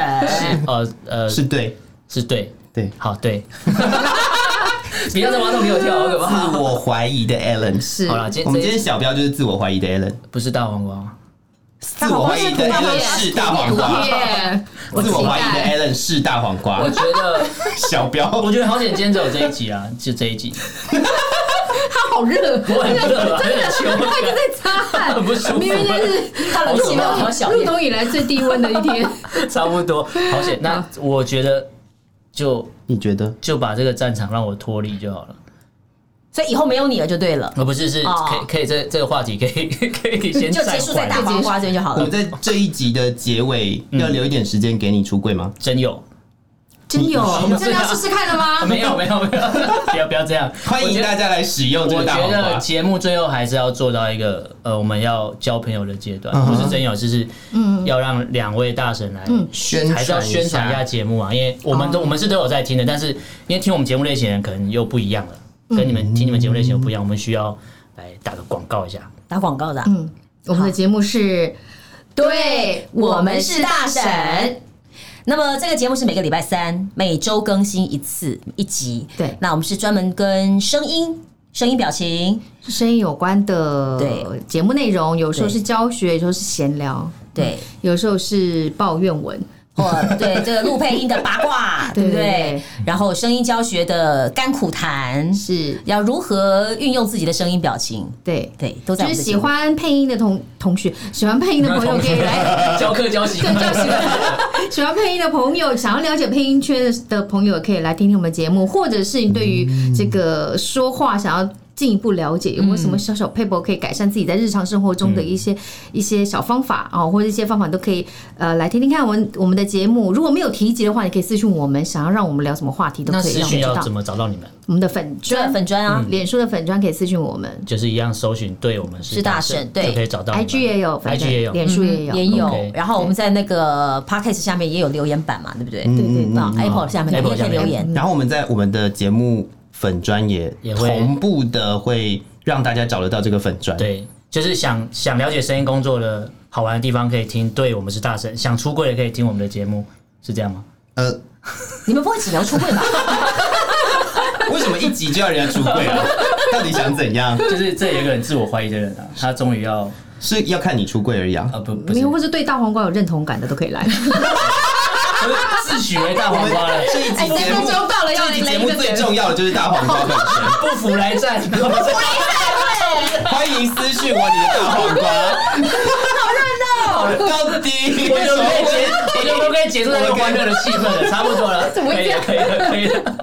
Speaker 1: 呃呃
Speaker 3: 是对
Speaker 1: 是对
Speaker 3: 对。
Speaker 1: 好 对， 不要再挖洞给我跳，好可
Speaker 3: 自
Speaker 1: 怕。
Speaker 3: 我怀疑的 Alan，
Speaker 4: 是
Speaker 1: 好啦，今
Speaker 3: 我们今
Speaker 1: 这
Speaker 3: 天小标就是自我怀疑的 Alan，
Speaker 1: 不是大黄瓜，
Speaker 3: 自我怀疑的 Alan 是大黄瓜，
Speaker 1: 啊
Speaker 4: 耶，
Speaker 3: 自我怀疑
Speaker 1: 哎
Speaker 4: 期待
Speaker 3: 的 Alan 是大黄瓜
Speaker 1: 我，觉得
Speaker 3: 小标，
Speaker 1: 我觉得好险，今天只有这一集啊，就这一集，
Speaker 4: 他好热，
Speaker 1: 我很
Speaker 4: 哎
Speaker 1: 热啊，有点秋，
Speaker 4: 他一直在擦汗，
Speaker 1: 很不舒服
Speaker 4: 明明就是
Speaker 2: 他冷气没有调小
Speaker 4: 入
Speaker 2: 夜。
Speaker 4: 冬以来最低温的一天。
Speaker 1: 差不多，好险。那我觉得就
Speaker 3: 你觉得？
Speaker 1: 就把这个战场让我脱离就好了，
Speaker 2: 所以以后没有你了就对了，
Speaker 1: 而不是是
Speaker 2: 哦
Speaker 1: 可以可以这这个话题可以 可以先
Speaker 2: 就
Speaker 1: 暂
Speaker 2: 结束在
Speaker 1: 缓
Speaker 2: 大黄瓜这边就好
Speaker 3: 我
Speaker 2: 了
Speaker 3: 们。
Speaker 4: 嗯
Speaker 3: 在这一集的结尾要留一点时间给你出柜吗？
Speaker 1: 真有。
Speaker 4: 真有，
Speaker 1: 你
Speaker 4: 我们真的要试试看了
Speaker 2: 啊
Speaker 4: 吗？
Speaker 1: 啊没有没有没有， 不要不要这样，
Speaker 3: 欢迎大家来使用这
Speaker 1: 我
Speaker 3: 个大
Speaker 1: 觉
Speaker 3: 黄
Speaker 1: 得
Speaker 3: 瓜。
Speaker 1: 节目最后还是要做到一个呃，我们要交朋友的阶
Speaker 3: 嗯
Speaker 1: 段，不是真友，就是
Speaker 2: 嗯
Speaker 1: 要让两位大神来
Speaker 3: 宣传
Speaker 1: 还是要宣传一下节目啊，因为我们都我们是都有在听的，但是因为听我们节目类型的人可能又不一样了，跟你们听你们节目类型又不一样，我们需要来打个广告一 下。
Speaker 2: 打广告的啊，
Speaker 4: 我们的节目是，对我们是大婶。
Speaker 2: 那么这个节目是每个礼拜三，每周更新一次一集。
Speaker 4: 对
Speaker 2: 那我们是专门跟声音、声音表情，
Speaker 4: 是声音有关的
Speaker 2: 对
Speaker 4: 节目内容，有时候
Speaker 2: 对
Speaker 4: 是教学，有时候是闲聊，
Speaker 2: 对，
Speaker 4: 有时候是抱怨文。
Speaker 2: 或对这个录配音的八 卦，对不
Speaker 4: 对对
Speaker 2: 对
Speaker 4: 对？
Speaker 2: 然后声音教学的甘苦谈，
Speaker 4: 是
Speaker 2: 要如何运用自己的声音表情，
Speaker 4: 对，
Speaker 2: 对，都在
Speaker 4: 就
Speaker 2: 我们
Speaker 4: 是
Speaker 2: 的
Speaker 4: 喜
Speaker 2: 节目。
Speaker 4: 欢配音的同同学，喜欢配音的朋友可以来
Speaker 1: 教课教习
Speaker 4: 对教习惯。喜欢配音的朋友，想要了解配音圈的朋友，可以来听听我们节目，或者是你对于这个说话想要。进一步了解有没有什么小小 paper 可以改善自己在日常生活中的一些、一些小方法啊、哦，或者一些方法都可以呃来听听看我们我们的节目。如果没有提及的话，你可以私讯我们，想要让我们聊什么话题都
Speaker 1: 那
Speaker 4: 可以
Speaker 1: 私
Speaker 4: 让我们
Speaker 1: 讯
Speaker 4: 知
Speaker 1: 要
Speaker 4: 道
Speaker 1: 怎。么找到你们？
Speaker 4: 我们的粉
Speaker 2: 对
Speaker 4: 砖、
Speaker 2: 粉砖啊，
Speaker 4: 脸书的粉砖可以私讯我们
Speaker 1: 就是一样搜寻，对我们是
Speaker 2: 是大
Speaker 1: 神
Speaker 2: 神对
Speaker 1: 就可以找到你们。
Speaker 4: ，IG 也有粉
Speaker 1: ，IG
Speaker 4: 砖，
Speaker 1: 也有，
Speaker 4: 脸书也有，
Speaker 2: 也有
Speaker 1: OK。嗯
Speaker 2: 然后我们在那个 podcast 下面也有留言板嘛，对不对？
Speaker 4: 对对对。
Speaker 2: 那 Apple 下面也
Speaker 1: Apple
Speaker 2: 可以留 言，
Speaker 3: 然后我们在我们的节目粉专也
Speaker 1: 嗯也会
Speaker 3: 同步的会让大家找得到这个粉专。，
Speaker 1: 嗯对，就是想想了解声音工作的好玩的地方，可以听。对我们是大神，想出柜的可以听我们的节目，是这样吗？
Speaker 3: 呃，
Speaker 2: 你们不会只聊出柜吧？
Speaker 3: 为什么一集就要人家出 柜啊？到底想怎样？
Speaker 1: 就是这有一个很自我怀疑的人啊，他终于要
Speaker 3: 是要看你出柜而已啊。
Speaker 1: 啊不不
Speaker 4: 没
Speaker 1: 是
Speaker 4: 有，，或是对大黄瓜有认同感的都可以来。
Speaker 1: 不是自诩为大黄 瓜了，
Speaker 3: 这一集节目，
Speaker 4: 到了
Speaker 3: 这一集节目最重要的就是大黄瓜本身。
Speaker 1: 不服来 战。
Speaker 3: 欢迎私讯我你的大 黄瓜，好热闹，到底
Speaker 1: 我就可以结，我就可以结束那个欢乐的气氛了，差不多了，
Speaker 4: 么会
Speaker 1: 可以
Speaker 4: 这
Speaker 1: 了
Speaker 4: 样
Speaker 1: 可以了，可以 了。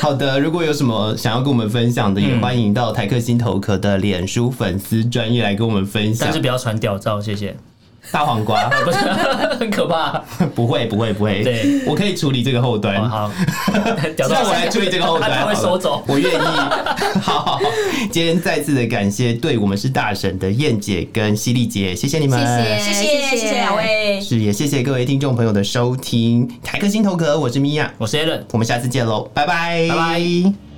Speaker 3: 好的，如果有什么想要跟我们分享的，也
Speaker 1: 嗯
Speaker 3: 欢迎到台客心头壳的脸书粉丝专业来跟我们分享
Speaker 1: 但是。不要传屌照，谢谢。
Speaker 3: 大黄瓜，
Speaker 1: 不是 很可怕。
Speaker 3: 不会不会不会，
Speaker 1: 对
Speaker 3: 我可以处理这个后端。
Speaker 1: 哦 好，屌
Speaker 3: 让我来处理这个后端
Speaker 1: 他
Speaker 3: 好
Speaker 1: 他
Speaker 3: 了，
Speaker 1: 会收走。
Speaker 3: 我愿意。 好好，好今天再次的感谢对我们是大神的燕姐跟犀利姐，谢谢你们，
Speaker 2: 谢
Speaker 4: 谢
Speaker 2: 谢谢谢两位，
Speaker 3: 是也谢谢各位听众朋友的收听，台客心头壳，我是米娅，
Speaker 1: 我是 a l a n
Speaker 3: 我们下次见喽，拜拜，
Speaker 1: 拜拜。